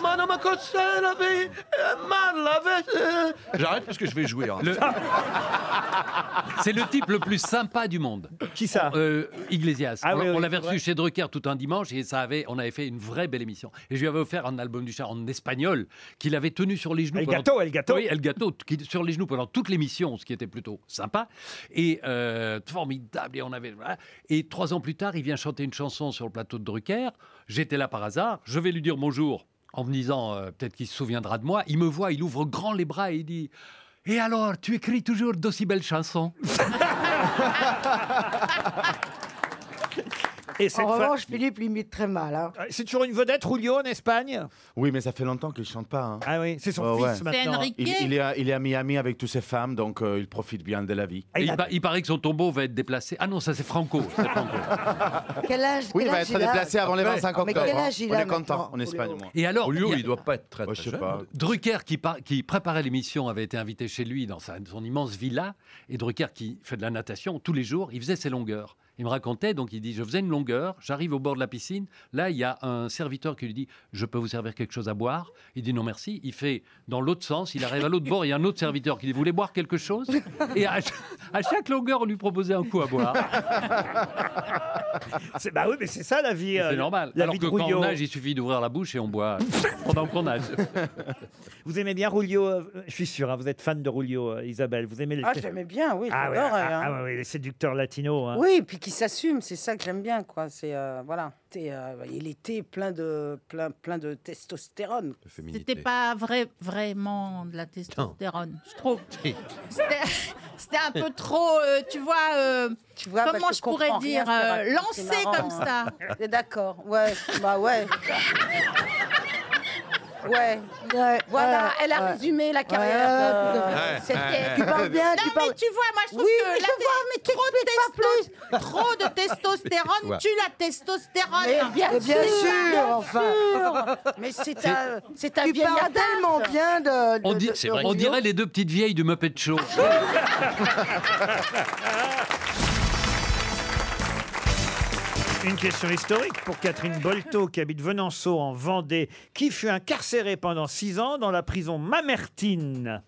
Madame a cassé la vie, elle m'a lavé.
[LAUGHS]
J'arrête parce que je vais jouer. hein.
[LAUGHS] C'est le type le plus sympa du monde. Euh,
Qui ça
Iglesias.
Ah
on
oui, oui,
on l'avait
c'est
reçu
vrai.
chez Drucker tout un dimanche et ça avait, on avait fait une vraie belle émission. Et je lui avais offert un album du chat en espagnol qu'il avait tenu sur les genoux.
El
pendant-
Gato, El Gato.
Oui, El Gato, qui- sur les genoux pendant toute l'émission, ce qui était plutôt sympa. Et euh, formidable. Et, on avait, voilà. et trois ans plus tard, il vient chanter une chanson sur le plateau de Drucker. J'étais là par hasard. Je vais lui dire bonjour en me disant euh, peut-être qu'il se souviendra de moi. Il me voit, il ouvre grand les bras et il dit. Et alors, tu écris toujours d'aussi belles chansons
Et cette
En
fois-
revanche, Philippe l'imite très mal. hein.
Euh, C'est toujours une vedette, Rulio, en Espagne
Oui, mais ça fait longtemps qu'il chante pas. hein.
Ah oui, c'est son
Ouais,
fils
ouais.
maintenant. hein.
Il, il est à, il est à Miami avec toutes ses femmes, donc euh, il profite bien de la vie.
Ah,
Et il, pa- il paraît que son tombeau va être déplacé. Ah non, ça c'est Franco. c'est Franco.
Quel âge
Oui,
quel
il va
âge
être
a
déplacé avant les
Ouais.
25
Mais
octobre.
quel
hein.
âge il
On
a
est content
maintenant
en Espagne. moi.
Et alors,
Rulio,
il y a-
il doit pas être très, très
je sais
jeune.
pas.
Drucker qui, par- qui préparait l'émission avait été invité chez lui dans sa- son immense villa. Et Drucker qui fait de la natation tous les jours, il faisait ses longueurs. Il me racontait, donc il dit, je faisais une longueur, j'arrive au bord de la piscine, là il y a un serviteur qui lui dit, je peux vous servir quelque chose à boire Il dit non merci, il fait dans l'autre sens, il arrive à l'autre bord, il y a un autre serviteur qui dit, vous voulez boire quelque chose Et à, ch- à chaque longueur, on lui proposait un coup à boire.
[LAUGHS] C'est- Bah oui, mais c'est ça la vie. euh,
C'est normal.
La
Alors
vie
que
de
quand
Rulio.
on nage, il suffit d'ouvrir la bouche et on
[LAUGHS]
boit pendant qu'on nage.
Vous aimez bien Rulio euh, Je suis sûr, hein, vous êtes fan de Rulio, euh, Isabelle. Vous aimez les.
Ah, j'aimais bien, oui,
Ah ouais,
j'adorais,
ah-
hein.
ah ouais, les séducteurs latinos. hein.
Oui, et puis qui s'assume, c'est ça que j'aime bien, quoi. C'est euh, voilà, T'es, euh, il était plein de plein plein de testostérone.
C'était pas vrai, vraiment de la testostérone, je trouve. C'était c'était un peu trop, euh, tu vois, euh,
vois,
comment
parce
je
que je
pourrais
comprends
dire,
rien,
euh,
c'est vrai, c'est
lancé
marrant. Ah,
comme
[LAUGHS]
ça.
T'es d'accord Ouais, bah [LAUGHS] ouais. Ouais. Voilà,
ouais,
elle a
ouais.
résumé la
Euh, Ouais,
carrière. de-
ouais,
C'était-
ouais. Tu parles bien,
non,
tu parles-
mais tu vois, moi je trouve
Oui,
que
mais
la
je vois, mais
trop, de testo- trop de testostérone
Ouais.
tue la testostérone.
Mais bien,
Mais bien
sûr,
sûr, enfin.
sûr. Mais c'est ta, c'est ta
Tu
vieille
parles
adage.
tellement bien de. de-
Euh,
On, dit-
de- de
on
Rulio.
dirait les deux petites vieilles du Muppet
[LAUGHS]
Show.
Une question historique pour Catherine Bolto, qui habite Venanceau en Vendée, qui fut incarcérée pendant six ans dans la prison Mamertine.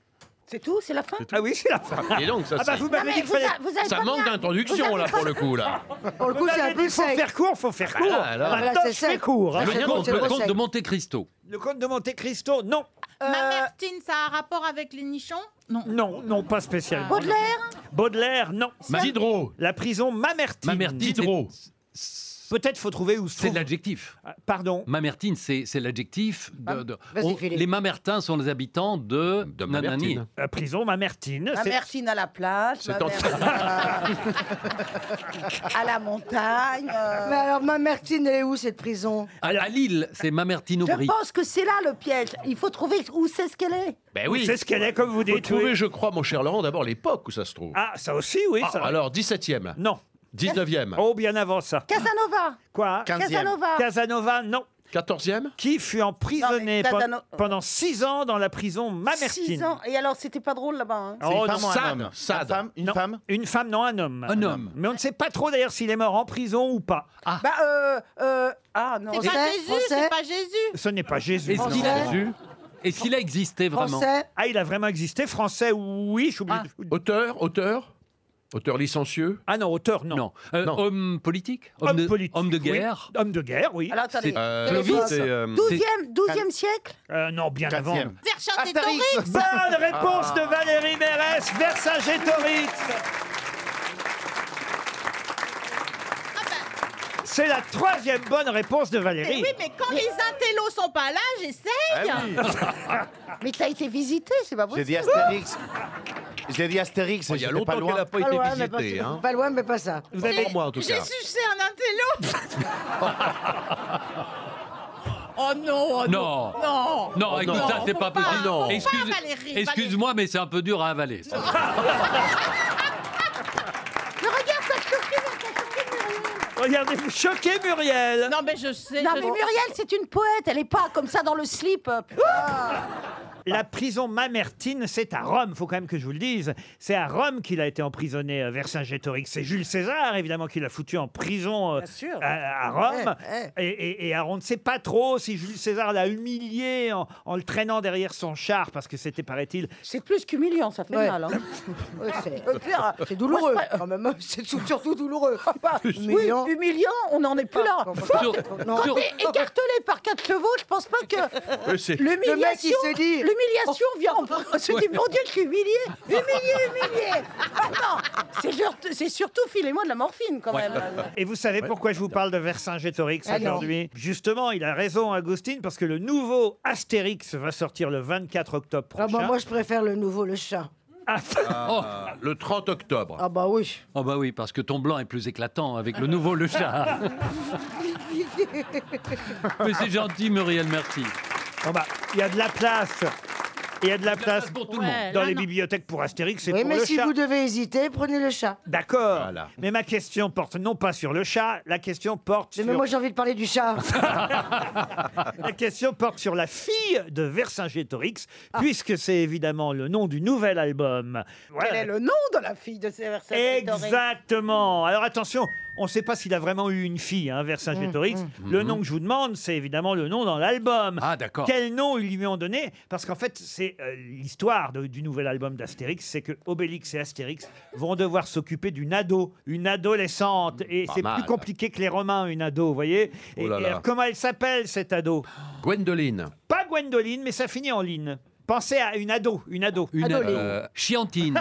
C'est tout, c'est la fin.
Ah oui, c'est la fin.
Et donc, ça,
Ah bah
c'est-
vous m'avez
Non, mais
dit qu'il
vous
fallait.
a- vous avez
Ça
pas
manque
bien-
d'introduction
vous
là
avez
pour
pas-
le coup là.
Pour le coup,
Vous
c'est un
m'avez dit,
peu
faut
sec.
faire court, faut
Ah
faire
bah
court.
là, là.
Maintenant,
Là, c'est
je fais
sec.
court. hein.
Là,
Le
c'est
comte-
bon, c'est
le
bon,
comte
sec.
de Monte Cristo.
Le comte de Monte Cristo, non.
Ma
Euh,
mère Tine, ça a un rapport avec les nichons Non.
Non, non, pas spécialement.
Baudelaire
Baudelaire, non. Diderot. La prison Mamertine.
Mamertine,
Diderot. Peut-être faut trouver où se Ah,
C'est l'adjectif.
Pardon
Mamertine, c'est c'est l'adjectif. de- de-
Ah, Vas-y,
on-
Philippe.
les Mamertins sont les habitants de, Nanani.
Mamertine. La Euh, prison Mamertine.
Ma
c'est-
mère Chine à la plage, ma
C'est en-
mère Chine [LAUGHS] à... à la montagne. euh.
Mais alors, ma mère Tine, elle est où cette prison
À, à Lille, c'est Mamertine
Je
Aubry.
pense que c'est là le piège. Il faut trouver où c'est ce qu'elle est.
Ben
oui. C'est ce qu'elle est, comme vous
Faut
dites,
trouver,
oui.
je crois, mon cher Laurent, d'abord l'époque où ça se trouve.
Ah, ça aussi, oui.
Ah,
ça-
alors, 17e.
Non.
19e.
Oh, bien avant ça.
Casanova.
Quoi
15e.
Casanova.
Casanova, non.
14e
Qui fut emprisonné
Non, mais
pen-
Casano-
pendant 6 ans dans la prison Mamertine.
Six ans. Et alors, c'était pas drôle là-bas. hein
Oh, non,
femme ou un
Sade,
homme
Sade.
Une femme,
Non, Une femme, non, un homme. Un homme. Mais on ne sait pas trop d'ailleurs s'il est mort en prison ou pas.
Bah, euh, euh, ah non.
C'est pas Jésus, c'est pas Jésus.
Ce n'est pas Jésus.
Est-ce qu'il a, est-ce qu'il a existé vraiment
Ah, il a vraiment existé. Français, oui, je suis obligé de-
Auteur, auteur Auteur licencieux
Ah non, auteur, non.
Euh,
Non.
Homme politique Homme,
Homme
de,
politique,
homme de
oui.
guerre
Homme de guerre, oui.
Alors, attendez.
C'est-
Euh,
Clovis
c'est, euh,
12e, 12e siècle
Euh, non, bien avant.
Ah.
Quatrième.
Verschacht et
Astérix.
Torix.
Bonne réponse
Ah.
de Valérie Mérès, Vercingétorix. C'est la troisième bonne réponse de
Mais
Valérie.
Eh oui, mais quand les intellos sont pas là,
Ah
j'essaye.
Ah [LAUGHS]
[LAUGHS] Mais t'as été visité, c'est pas
J'ai
possible.
dit Astérix. J'ai dit Astérix.
Oh, il y a
j'étais
longtemps
loin.
qu'elle a pas été visitée. hein.
Pas loin, mais pas ça.
Pas pour moi, en tout
J'ai
cas.
sucé un intello. oh non, oh
Non.
non. Non.
Non, écoute, ça, c'est
faut
pas possible.
faut pas,
Excuse-
Valérie, Valérie.
Excuse-moi, mais c'est un peu dur hein, à avaler. ça.
Mais regarde, ça choqué, ça choqué Muriel.
Regardez, vous choquez Muriel.
Non, mais je sais.
Non,
je-
mais Muriel, c'est une poète. Elle est pas comme ça dans le slip. euh,
[LAUGHS]
putain.
La prison Mamertine, c'est à Rome, faut quand même que je vous le dise. C'est à Rome qu'il a été emprisonné, euh, Vercingétorix. C'est Jules César, évidemment, qui l'a foutu en prison euh,
Bien sûr. Eh,
à, à Rome.
Ouais,
Et, et- et alors, on ne sait pas trop si Jules César l'a humilié en, en le traînant derrière son char, parce que c'était, paraît-il,
C'est plus qu'humiliant, ça fait
[LAUGHS]
Ouais.
mal. Hein.
[LAUGHS] Ouais, c'est-
Je veux dire,
C'est douloureux,
moi, je-
quand même. [LAUGHS] C'est sou- surtout douloureux.
Ah, bah, Oui,
Humiliant. Ah,
humiliant, on n'en est plus là.
Sur-
Non.
sur-
T'es écartelé par quatre chevaux, je pense pas que
Oui, c'est-
Le mec, il
l'humiliation.
se dit. Oh,
L'humiliation vient.
Oh,
On se dit, mon Dieu, je suis humilié, humilié, humilié.
Non, c'est sur- c'est surtout filez-moi de la morphine quand
Ouais.
même.
Et vous savez pourquoi je vous parle de Vercingétorix
Ah non.
aujourd'hui Justement, il a raison, Agustine, parce que le nouveau Astérix va sortir le 24 octobre
Ah
prochain.
bah, moi, je préfère le nouveau, le chat.
Ah, Le 30 octobre.
Ah bah oui.
Oh bah oui, parce que ton blanc est plus éclatant avec le nouveau
[LAUGHS]
Le [LAUGHS] Chat. Mais c'est gentil, Muriel, merci.
Bon bah, il y a de la place. Il y a de la place
pour tout
le monde.
dans
là,
les
non.
bibliothèques pour Astérix et
Oui,
pour
mais
le
si
chat.
vous devez hésiter, prenez le chat.
D'accord.
Voilà.
Mais ma question porte non pas sur le chat, la question porte
Mais
sur
moi, j'ai envie [LAUGHS] de parler du chat.
[LAUGHS] la question porte sur la fille de Vercingétorix puisque c'est évidemment le nom du nouvel album. Voilà.
Quel est le nom de la fille de ces versets
Exactement. Alors attention, on ne sait pas s'il a vraiment eu une fille, hein, Vercingétorix. Le nom que je vous demande, c'est évidemment le nom dans l'album.
Ah, d'accord.
Quel nom ils lui ont donné Parce qu'en fait, c'est euh, l'histoire de- du nouvel album d'Astérix, c'est que Obélix et Astérix vont devoir s'occuper d'une ado, une adolescente. Et
Mm, Pas
c'est
mal.
plus compliqué que les Romains, une ado, vous voyez et,
Oh là
et
là.
alors, comment elle s'appelle, cette ado
Gwendoline.
Pas Gwendoline, mais ça finit en ligne. Pensez à une ado, une ado.
Une
Adoline.
euh,
[LAUGHS]
chiantine.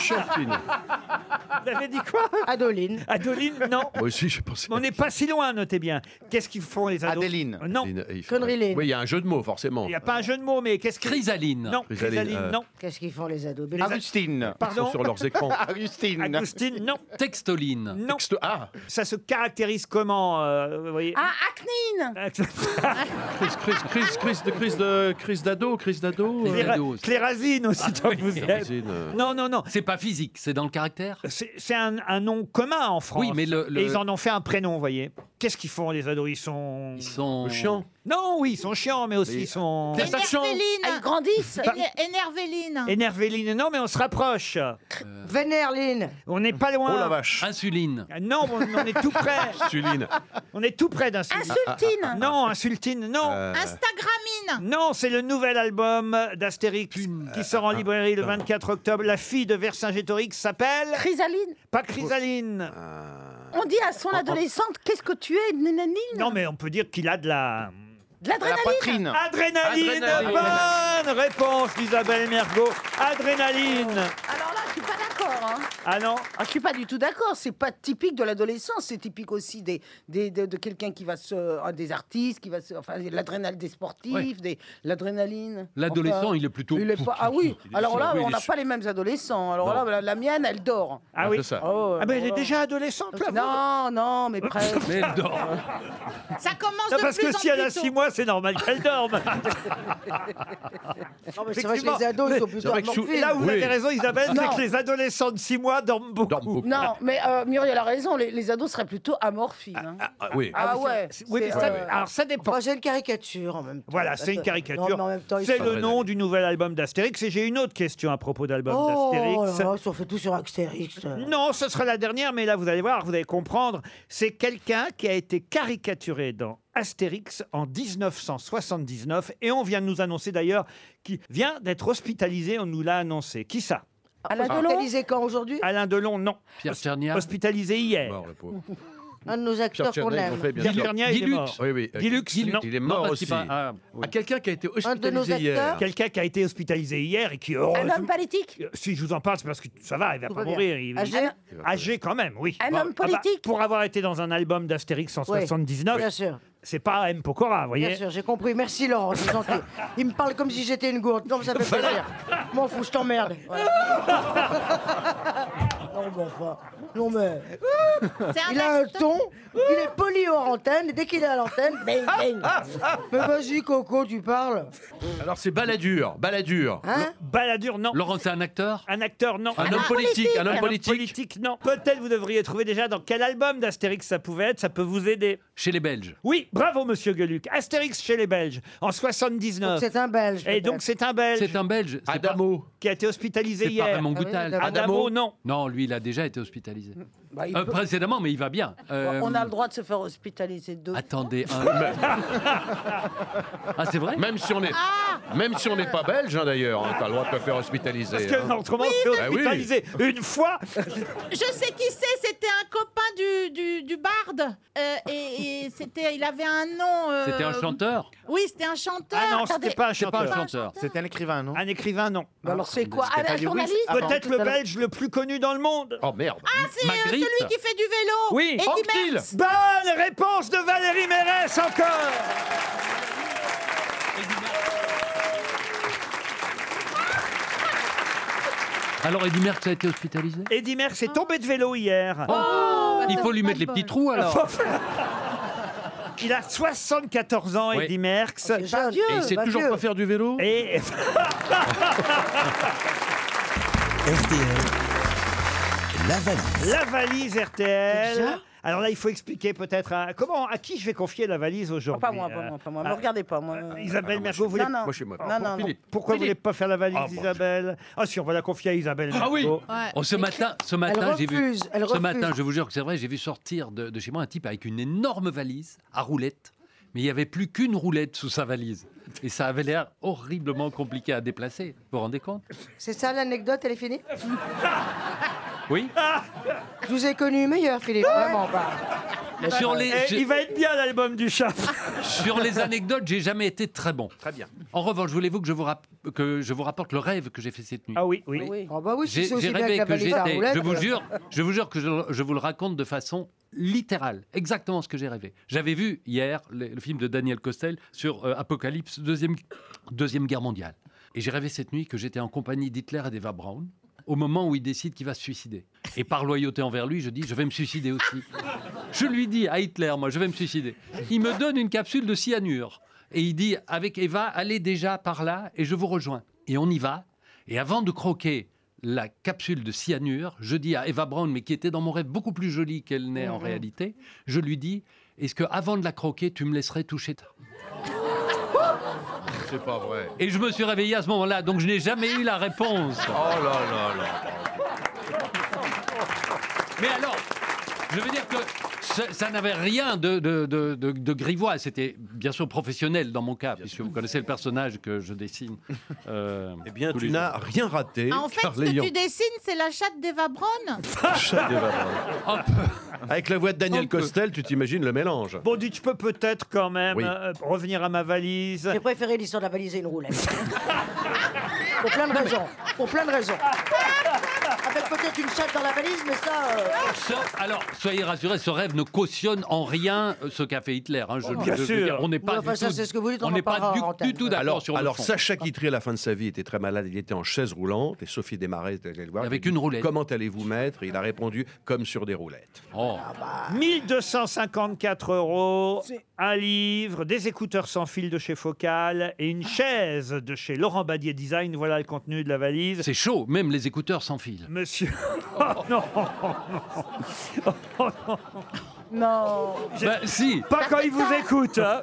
Champine.
Vous avez dit quoi
Adoline.
Adoline, non.
Moi aussi, je pensais.
Mais On n'est pas si loin, notez bien. Qu'est-ce qu'ils font les ados
Adéline.
Non,
Une- euh, il faut-
Connerie, les-
Oui, il y a un jeu de mots, forcément.
il n'y a pas un jeu de mots, mais qu'est-ce qu'ils...
Chrysaline.
Non,
Chrysaline,
Chrysaline,
euh,
non.
Qu'est-ce qu'ils font, les ados Ah, Mais les ados-
Augustine.
Ils sont
Pardon
sur leurs
[LAUGHS]
écrans.
Augustine.
Agustine, non.
Textoline.
Non.
Texte A.
Ça se caractérise comment euh, vous voyez
Ah, acnine.
Crise, crise, crise, crise de crise de crise d'ado, crise d'ado. euh,
Cléra-
Ados.
Clérazine aussi, tant que vous êtes.
Clérazine, euh.
Non, non, non.
Ah, C'est pas physique, c'est dans le caractère.
C'est c'est un, un nom commun en France.
Oui, mais le- le-
Et ils en ont fait un prénom, vous voyez. Qu'est-ce qu'ils font, les ados Ils sont...
Ils sont.
Chiant.
Non, oui, ils sont chiants, mais aussi
Mais-
ils sont...
T'es- Ça change.
Elles
Énervéline.
Ah, grandissent.
Éner- Énervéline.
Énervéline, non, mais on se rapproche.
Euh.
Vénérline.
On n'est pas loin. Euh,
Oh la vache.
Insuline.
Non, on, on est tout près.
Insuline.
On est tout près Ah, d'un
Insultine.
Non, insultine, non.
Euh,
Instagramine.
Non, c'est le nouvel album d'Astérix qui sort en librairie le 24 octobre. La fille de Vercingétorix s'appelle
Chrysaline.
pas Chrysaline.
On dit à son adolescente, qu'est-ce que tu es, nananine
Non, mais on peut dire qu'il a de la
De
La
l'adrénaline.
poitrine.
adrénaline.
Adrénaline.
Bonne Bonne réponse d'Isabelle Mergot. Adrénaline.
Alors là, je suis pas d'accord. hein.
Ah non
Ah, je suis pas du tout d'accord. C'est pas typique de l'adolescence. C'est typique aussi des, des- de, de quelqu'un qui va se, euh, des artistes, qui va se, enfin, l'adrénaline des sportifs,
Ouais.
des, l'adrénaline.
L'adolescent,
Enfin,
il est plutôt-
il est pas- ah oui.
Il est
Alors
sûr,
là,
oui, il
on
est
n'a
sûr.
pas les mêmes adolescents. Alors
Non.
là, la, la mienne, elle dort.
Ah oui.
Oh,
Ah ben, elle est
voilà.
déjà adolescente, là.
Non, non, mais presque.
Mais elle dort.
[LAUGHS]
Ça commence
Non,
de
parce
plus
que
en
si elle
plus
a
tôt.
6 mois, c'est normal qu'elle dorme.
Non, mais c'est vrai que les ados, ils sont plus dormants.
Là où vous
Oui.
avez raison, Isabelle,
Non.
c'est que les adolescents de 6 mois dorment beaucoup.
Non, mais euh, Muriel a raison, les, les ados seraient plutôt amorphiles. hein.
oui.
Ah,
Ah,
ouais.
c'est- oui, mais ça- alors ça dépend.
Enfin, c'est une caricature en même temps.
Voilà, c'est une
Parce- Bah, Non,
caricature.
mais en même temps, ils
C'est
sont-
le nom du nouvel album d'Astérix. Et j'ai une autre question à propos d'album
Oh,
d'Astérix. Mm.
là là, si on fait tout sur Astérix. euh.
Non, ce sera la dernière, mais là, vous allez voir, vous allez comprendre. C'est quelqu'un qui a été caricaturé dans Astérix en 1979. Et on vient de nous annoncer d'ailleurs qu'il vient d'être hospitalisé. On nous l'a annoncé. Qui ça
Alain Ah. Delon Hospitalisé quand aujourd'hui
Alain Delon, non.
Pierre Tchernia
Hospitalisé hier.
Un de nos acteurs qu'on aime.
Pierre Tchernia, il est mort.
Oui, oui. euh,
Guilux, non.
Il est mort aussi. Ah, Quelqu'un qui a été hospitalisé hier.
Quelqu'un qui a été hospitalisé hier et qui,
Un homme
heureusement, Euh,
politique
si je vous en parle, c'est parce que ça va, il va
Tout
pas
va bien.
mourir. il-
Âgé
il- Âgé quand même, oui.
Un homme
ah bah,
politique
Pour avoir été dans un album d'Astérix en
Oui,
79,
bien sûr.
c'est pas M. Pokora, vous voyez.
Bien sûr, j'ai compris. Merci Laurent, c'est gentil. [LAUGHS] Il me parle comme si j'étais une gourde. Non, mais ça fait plaisir. M'en fous, je t'emmerde. [LAUGHS] Voilà. non, mais enfin. Non, mais. Il a un ton, il est poli hors antenne, et dès qu'il est à l'antenne, bang, bang. [LAUGHS] Mais vas-y, Coco, tu parles.
Alors c'est Balladur. Balladur.
Hein
Balladur, non.
Laurent, c'est un acteur
Un acteur, non.
Un homme politique, un homme politique.
non. Peut-être vous devriez trouver déjà dans quel album d'Astérix ça pouvait être, ça peut vous aider.
Chez les Belges.
Oui, bravo Monsieur Gueluc. Astérix chez les Belges en 79.
Donc c'est un Belge,
Et
peut-être.
donc c'est un Belge.
C'est un Belge. Adamo.
Qui a été hospitalisé
C'est pas
hier.
Raymond
Ah
Goutal.
Ah Adamo, non.
Non, lui, il a déjà été hospitalisé.
Bah, il
Euh,
peut-
Précédemment, mais il va bien. Euh,
On a le droit de se faire hospitaliser deux.
[LAUGHS] Attendez. un- ah, c'est vrai
Même si on est, même si on n'est pas belge hein, d'ailleurs, hein, t'as le droit de te faire hospitaliser.
Parce que
hein.
non, autrement,
Oui,
on se fait
mais-
hospitaliser. Une fois,
Je sais qui c'est, c'était un copain du, du, du barde. Euh, et et c'était, il avait un nom. euh,
C'était un chanteur
Oui, c'était un chanteur.
Ah non,
Attendez.
c'était pas un chanteur.
pas un chanteur.
C'était un écrivain, non Un écrivain, non.
alors c'est quoi Ah, un journaliste
Peut-être le belge le plus connu dans le monde.
Oh merde.
Ah, c'est euh,
Magritte.
celui qui fait du vélo.
Oui,
et qui berce.
Bonne réponse de Valérie Mérès encore.
Alors, Eddie Merckx a été hospitalisé
Eddie Merckx est tombé de vélo hier.
bah,
bah,
Oh, Il faut lui mettre les petits trous alors.
[LAUGHS] Il a 74 ans,
Oui.
Eddie Merckx.
jeune. Et il sait Bah, toujours Dieu. pas
faire du vélo
[LAUGHS]
Et... [LAUGHS]
La valise.
La valise RTL.
Déjà
Alors là, il faut expliquer peut-être à, comment, à qui je vais confier la valise aujourd'hui.
Oh, Pas moi, pas moi, pas moi. Me
Ah,
regardez pas, moi.
Isabelle
Ah non, moi, je
Mergo,
suis-
vous voulez...
Non, non.
Moi, je suis mort.
Non, non, non.
Philippe.
Pourquoi vous voulez pas faire la valise,
Ah, bon.
Isabelle Ah si, on va la confier à Isabelle
Ah oui.
Mergo.
Ouais.
Oh, ce matin, ce matin, j'ai vu.
refuse, elle
Ce
refuse.
matin, je vous jure que c'est vrai, j'ai vu sortir de, de chez moi un type avec une énorme valise à roulettes, mais il n'y avait plus qu'une roulette sous sa valise. Et ça avait l'air horriblement compliqué à déplacer. Vous vous rendez compte
C'est ça l'anecdote, elle est [LAUGHS] finie
Oui
Je vous ai connu meilleur, Philippe. Vraiment, bah.
Sur les,
Eh,
j'ai-
Il va être bien l'album du chat.
[LAUGHS] sur les anecdotes, j'ai jamais été très bon.
Très bien.
En revanche, voulez-vous que, je vous rap- que je vous rapporte le rêve que j'ai fait cette nuit
ah oui, oui.
Oh, bah oui, si
J'ai
c'est
j'ai
aussi bien que
rêvé
la
que
valise à
j'étais.
roulette.
Je vous jure, je vous jure que je, je vous le raconte de façon littérale, exactement ce que j'ai rêvé. J'avais vu hier le, le film de Daniel Costel sur euh, Apocalypse, deuxième, deuxième guerre mondiale. Et j'ai rêvé cette nuit que j'étais en compagnie d'Hitler et d'Eva Braun au moment où il décide qu'il va se suicider. Et par loyauté envers lui, je dis, je vais me suicider aussi. Je lui dis à Hitler, moi, je vais me suicider. Il me donne une capsule de cyanure. Et il dit, avec Eva, allez déjà par là et je vous rejoins. Et on y va. Et avant de croquer la capsule de cyanure, je dis à Eva Braun, mais qui était dans mon rêve beaucoup plus jolie qu'elle n'est
Mhm.
en réalité, je lui dis, est-ce que avant de la croquer, tu me laisserais toucher ta...
C'est pas vrai.
Et je me suis réveillé à ce moment-là, donc je n'ai jamais eu la réponse.
[LAUGHS] Oh là là là.
Mais alors, je veux dire que ça, ça n'avait rien de, de, de- de- de grivois. C'était bien sûr professionnel dans mon cas, puisque vous connaissez le personnage que je dessine.
[LAUGHS]
eh bien, tu n'as
rien raté,
Ah, en fait, ce que tu dessines, c'est la chatte d'Eva
[LAUGHS]
Braun.
Avec la voix de Daniel Costel, tu t'imagines le mélange.
Bon, dites, je peux peut-être quand même
Oui.
euh, revenir à ma valise.
J'ai préféré l'histoire de la valise et une roulette. Pour plein de raisons. Pour plein de [LAUGHS] raisons. Avec peut-être une chatte dans la valise, mais ça. euh,
Ce- alors, soyez rassurés, ce rêve ne cautionne en rien euh, ce qu'a fait Hitler. hein. Je-
Oh, bien
je- je-
sûr.
on n'est pas
Oui, enfin,
du
ça,
tout,
c'est ce que vous dites, on
on
en
n'est pas
parlera
du,
en
du tout d'accord
alors,
sur le
alors
fond.
Sacha Guitry, à la fin de sa vie, était très malade. Il était en chaise roulante et Sophie Desmarais était allée le voir. Avec une roulette. Comment allez-vous mettre Et Il a répondu comme sur des roulettes.
Oh. 1254 euros, un livre, des écouteurs sans fil de chez Focal et une chaise de chez Laurent Badier Design. Voilà le contenu de la valise.
C'est chaud, même les écouteurs sans fil.
Monsieur. Oh, non.
Non.
Oh.
Bah,
[LAUGHS]
si.
Pas quand il vous écoute. hein.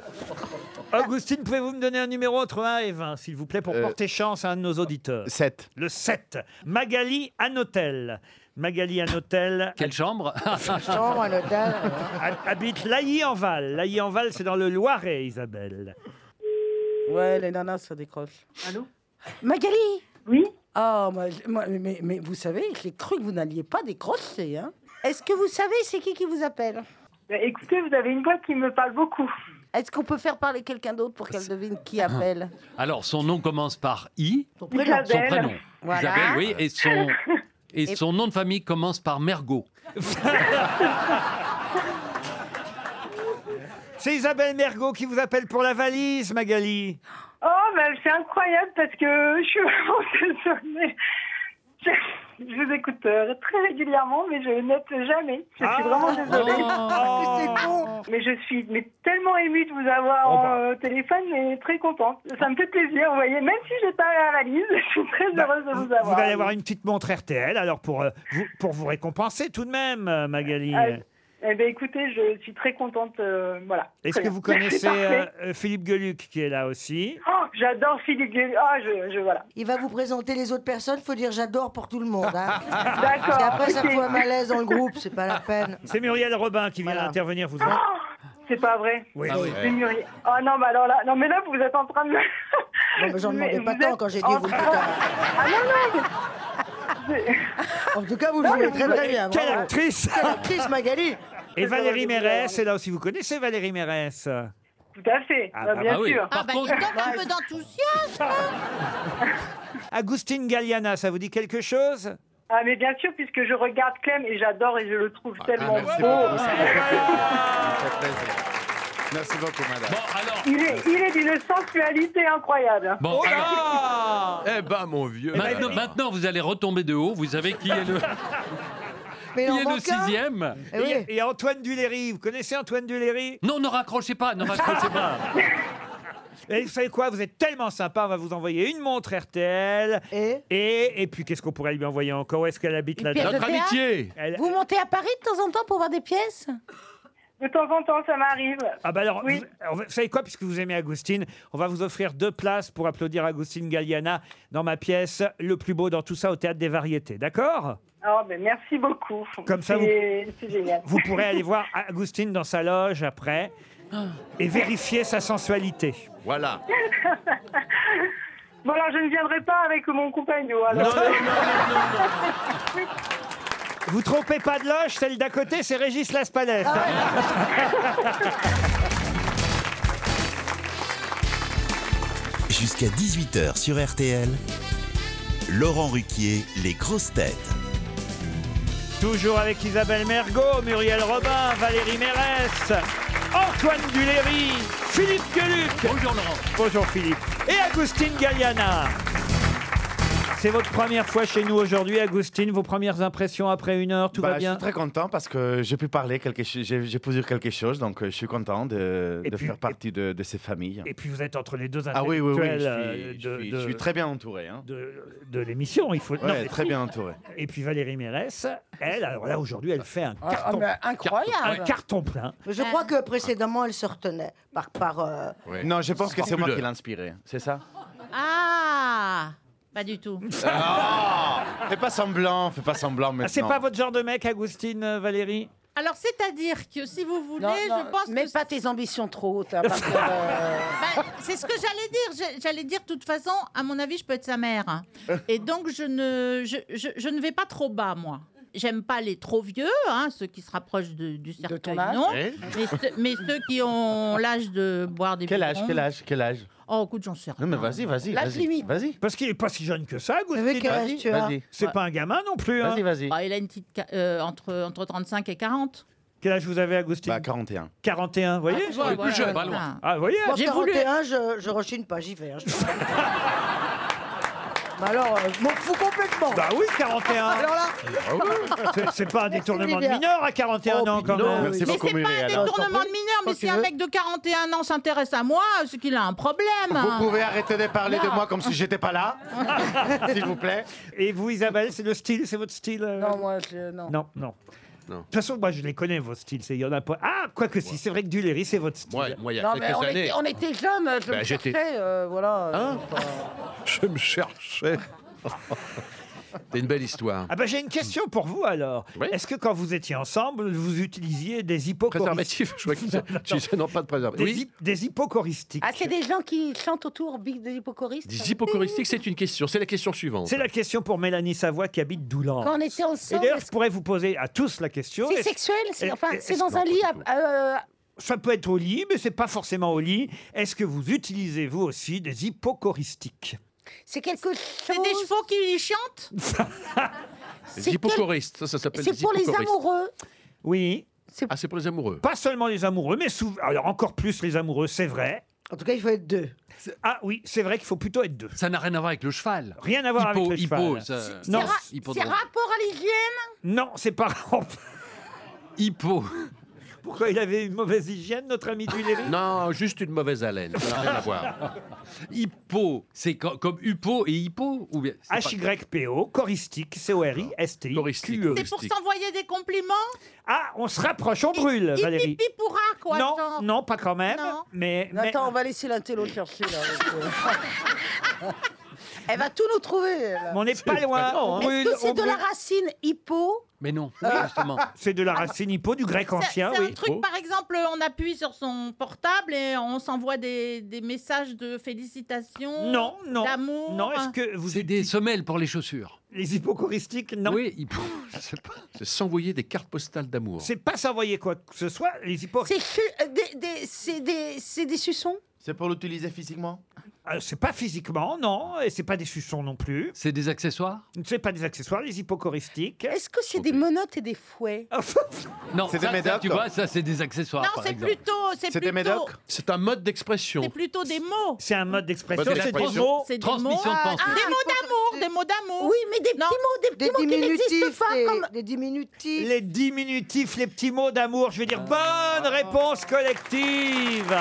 Augustine, pouvez-vous me donner un numéro entre 1 et 20, s'il vous plaît, pour porter chance à un de nos auditeurs
7.
Le 7. Magali Anotel. Magali Anotel.
Quelle chambre
Chambre, un hôtel.
Habite Lailly-en-Val. Lailly-en-Val, c'est dans le Loiret, Isabelle.
Ouais, les nanas, ça décroche.
Allô
Magali Oui Ah, moi, je- moi, mais, mais vous savez, j'ai cru que vous n'alliez pas décrocher. Hein Est-ce que vous savez c'est qui qui vous appelle Bah, Écoutez, vous avez une voix qui me parle beaucoup. Est-ce qu'on peut faire parler quelqu'un d'autre pour qu'elle devine qui
Ah.
appelle
Alors, son nom commence par I. Son
prénom. Isabelle.
prénom.
Voilà.
Isabelle, oui. Et son, et
Et-
son nom de famille commence par Mergot.
C'est Isabelle Mergot qui vous appelle pour la valise, Magali.
Oh, mais c'est incroyable parce que [LAUGHS] je suis vraiment désolée. Je, je vous écoute euh, très régulièrement, mais je note jamais. Je
Ah.
suis vraiment désolée. [LAUGHS] Mais je suis mais tellement émue de vous avoir
Oh,
au
bah.
téléphone et très contente. Ça me fait plaisir, vous voyez. Même si j'ai pas la valise, [LAUGHS] je suis très heureuse de vous
Bah, Vous
avoir.
allez avoir une petite montre RTL, alors pour, euh, vous, pour vous récompenser tout de même, euh, Magali.
Ah, eh ben, écoutez, je suis très contente. euh, voilà.
Est-ce
Très
que
bien.
vous connaissez
C'est parfait.
euh, Philippe Geluc qui est là aussi
Oh, j'adore Philippe Gueluc. Ah, je, je voilà.
Il va vous présenter les autres personnes, faut dire j'adore pour tout le monde. Hein.
D'accord,
Parce qu'après, ça
ok.
fout un malaise dans le groupe, c'est pas la peine.
C'est Muriel Robin qui vient intervenir, vous
Ah.
en-
C'est pas vrai.
Oui. Ah oui.
C'est Muriel. Oh non, mais alors là, non, mais là, vous êtes en train de me.
Non, mais j'en demandais
vous
pas
êtes
tant quand j'ai dit
en
vous le
train-
dites hein.
Ah non, non,
En tout cas, vous le
Ah,
Non,
jouez
mais
très
vous-
très bien.
Quelle
bravo.
actrice
Quelle actrice, Magali
Et Valérie Mérès est là aussi. Vous connaissez Valérie Mérès
Tout à fait,
Ah,
bah,
bah,
bien
bah oui.
sûr.
Par Ah, bah, contre-
Il manque un peu d'enthousiasme.
Agustine Galliana, ça vous dit quelque chose
Ah, mais bien sûr, puisque je regarde Clem et j'adore et je le trouve
Ah,
tellement beau.
Merci beaucoup, ça fait plaisir. Ça fait plaisir. Merci beaucoup, madame.
[LAUGHS] Il est, il est d'une sensualité incroyable.
Bon, Oh là
Eh ben, mon vieux.
Maintenant, maintenant, vous allez retomber de haut. Vous savez qui est le, qui est le sixième
Eh
Et il y a- et Antoine Duléry, vous connaissez Antoine Duléry
Non, ne raccrochez pas, ne raccrochez pas.
[LAUGHS] Et vous savez quoi Vous êtes tellement sympa, on va vous envoyer une montre RTL.
Et
Et, puis, qu'est-ce qu'on pourrait lui envoyer encore Où est-ce qu'elle habite Eh,
Une pièce
là-dedans
de théâtre
Elle-
Vous montez à Paris de temps en temps pour voir des pièces
De temps en temps, ça m'arrive.
Ah bah alors,
Oui.
vous, alors, vous savez quoi, puisque vous aimez Agustine, on va vous offrir deux places pour applaudir Agustine Galliana dans ma pièce Le plus beau dans tout ça au Théâtre des Variétés, d'accord
Oh, mais merci beaucoup.
Comme ça,
C'est c'est génial.
Vous pourrez aller voir Agustine dans sa loge après
Ah.
et vérifier sa sensualité.
Voilà.
[LAUGHS] Bon, alors, je ne viendrai pas avec mon compagnon. Alors.
Vous trompez pas de loge, celle d'à côté, c'est Régis Laspalès.
Jusqu'à 18h sur RTL, Laurent Ruquier, les grosses têtes.
Toujours avec Isabelle Mergot, Muriel Robin, Valérie Mérès, Antoine Duléry, Philippe Gueluc. Bonjour Laurent. Bonjour Philippe. Et Agustine Galliana. C'est votre première fois chez nous aujourd'hui, Agustine. Vos premières impressions après une heure, tout
Bah,
va
Je
bien
suis très content parce que j'ai pu parler, quelque cho- j'ai j'ai pu dire quelque chose, donc euh, je suis content de, de faire partie de, de ces familles.
Et puis vous êtes entre les deux
Ah oui, oui, oui, je
intellectuels
suis-
euh,
je
de-
suis-
de-
je suis très bien entouré. hein.
De, de l'émission, il faut... non,
Ouais,
mais-
très bien entouré.
Et puis Valérie Mérès, elle, alors là aujourd'hui, elle fait un
Ah,
carton,
mais incroyable.
un carton plein.
Mais Je crois que précédemment, elle se retenait par. par euh,
Non, je pense que c'est moi
Scrupuleux.
qui l'ai inspiré, c'est ça
Ah, pas du tout.
Ah Fais pas semblant, fais pas semblant maintenant.
Ah, c'est pas votre genre de mec, Agustine, euh, Valérie
Alors, c'est-à-dire que si vous voulez,
Non, non,
je pense
mets
que
pas tes ambitions
[LAUGHS]
trop hautes. hein, parce que, euh,
Bah, c'est ce que j'allais dire. J'ai- J'allais dire, de toute façon, à mon avis, je peux être sa mère. hein. Et donc, je ne, je, je- je ne vais pas trop bas, moi. J'aime pas les trop vieux, hein, ceux qui se rapprochent de- du cercueil,
âge.
non.
Oui.
Mais, ceux- mais ceux qui ont l'âge de boire des
Quel âge
biberons.
Quel âge Quel âge
Oh, écoute, j'en sais rien.
Non, mais vas-y, vas-y.
L'âge
vas-y,
limite.
Vas-y.
Parce qu'il n'est pas si jeune que ça, Agustin.
quel âge tu as
C'est pas un gamin non plus. hein.
Bah, il a une petite ca- euh, entre, entre 35 et 40.
Quel âge vous avez, Agustin
Bah,
41. 41, vous voyez
Ah, tu vois, voilà, voilà.
Ah, vous voyez
Moi,
J'ai voulu-
41, je, je rechigne pas, j'y vais. hein, je- Bah alors, euh, je m'en fous complètement.
Bah oui, 41.
Alors là,
Ah
C'est- C'est pas un
Merci,
détournement de
Olivia.
mineur à 41
Oh,
ans quand
non,
même.
merci Mais beaucoup, c'est pas un Muriel.
Un
[LAUGHS]
tournement de mineur, mais si un mec de 41 ans s'intéresse à moi, c'est qu'il a un problème.
Vous pouvez arrêter de parler de moi comme si j'étais pas là, s'il vous plaît.
Et vous, Isabelle, c'est le style, c'est votre style euh
non, moi, je, non.
Non, non. De toute façon, moi, je les connais, vos styles. c'est- Il y en a pas. Ah, quoi que si, c'est vrai que Duléry, c'est votre style. Moi,
il y
Non, mais on était, on était jeunes, je
Bah,
me
j'étais- Hein
cherchais, euh, voilà. euh, bah,
Je me
[LAUGHS]
cherchais. C'est une belle histoire.
Ah ben j'ai une question pour vous alors. Est-ce que quand vous étiez ensemble, vous utilisiez des hypocoristiques
Préservatif, je crois
[LAUGHS]
que c'est- tu- non, pas de préservatif.
Des,
Oui.
hy- des hypocoristiques.
Ah, c'est des gens qui chantent autour bi- des hypocoristes
Des hypocoristiques, c'est une question. C'est la question suivante.
C'est la question pour Mélanie Savoie qui habite Doulan.
Quand on était
Et
ensemble,
d'ailleurs,
est-ce-
je pourrais vous poser à tous la question.
c'est
Est-ce-
sexuel, c'est
est-
enfin,
est-
c'est
est-ce-
dans un lit. à- euh,
Ça peut être au lit, mais c'est pas forcément au lit. Est-ce que vous utilisez vous aussi des hypocoristiques
c'est quelque chose.
C'est des chevaux qui
[LAUGHS]
chantent
Les hypocoristes, ça, ça s'appelle
C'est
des
pour les
hypocoristes.
amoureux.
Oui.
Ah, c'est pour les amoureux.
Pas seulement les amoureux, mais souvent. Alors encore plus les amoureux, c'est vrai.
En tout cas, il faut être deux.
Ah oui, c'est vrai qu'il faut plutôt être deux.
Ça n'a rien à voir avec le cheval.
Rien à voir
Hippo-
avec le
hippo,
cheval.
ça-
C'est- Non,
c'est ra- C'est
hippodrome.
rapport à l'hygiène
non, c'est pas. [LAUGHS]
Hippo.
Pourquoi il avait une mauvaise hygiène, notre ami Duléry
Non, juste une mauvaise haleine. Ça n'a rien à voir.
Hippo, c'est co- comme Hippo et Hippo ou bien c'est pas-
H-Y-P-O, choristique, C-O-R-I-S-T-I-Q-E.
C'est pour s'envoyer des compliments
E. Ah, on se rapproche, on brûle, Valérie.
Pipi pourra, quoi.
Non,
genre.
non, pas quand même.
Non.
Mais, mais-
Attends, on va laisser l'intello chercher, là. avec, euh. [LAUGHS] Elle va tout nous trouver. elle.
Mais on n'est C'est pas loin, pas on grand, hein. brûle,
Est-ce que
on
c'est de la
brûle.
racine hippo
Mais non,
Oui,
justement.
[LAUGHS] C'est de la racine hippo du grec
C'est-
ancien,
c'est
oui. Oh.
un truc, par exemple, on appuie sur son portable et on s'envoie des, des messages de félicitations,
Non, non.
d'amour.
Non, est-ce que vous
C'est des semelles pour les chaussures.
Les hypocoristiques, non.
Oui, hippo,
Oh,
je sais [LAUGHS] pas.
C'est s'envoyer des cartes postales d'amour.
C'est pas s'envoyer quoi que ce soit, les
C'est
hypocoristiques.
que- euh, des, des- c'est des, c'est des suçons
C'est pour l'utiliser physiquement
Ah, C'est pas physiquement, non, et c'est pas des suçons non plus.
C'est des accessoires
C'est pas des accessoires, les hypocoristiques.
Est-ce que c'est des menottes et des fouets
Ah.
Non,
C'est
ça,
des
ça,
médocs,
tu
quoi.
vois, ça c'est des accessoires.
Non,
[LAUGHS] par
c'est
exemple.
plutôt, c'est plutôt,
C'est un mode d'expression.
c'est plutôt des mots.
C'est un mode d'expression,
Mode
c'est des
d'expression.
mots.
C'est des
Transmission
mots.
de
Ah,
pensée.
des mots d'amour, des mots d'amour.
Oui, mais des petits mots, des petits
Des
mots qui n'existent
diminutifs,
pas.
des,
Comme...
des diminutifs.
Les diminutifs, les petits mots d'amour, je vais dire
Ah.
bonne réponse collective.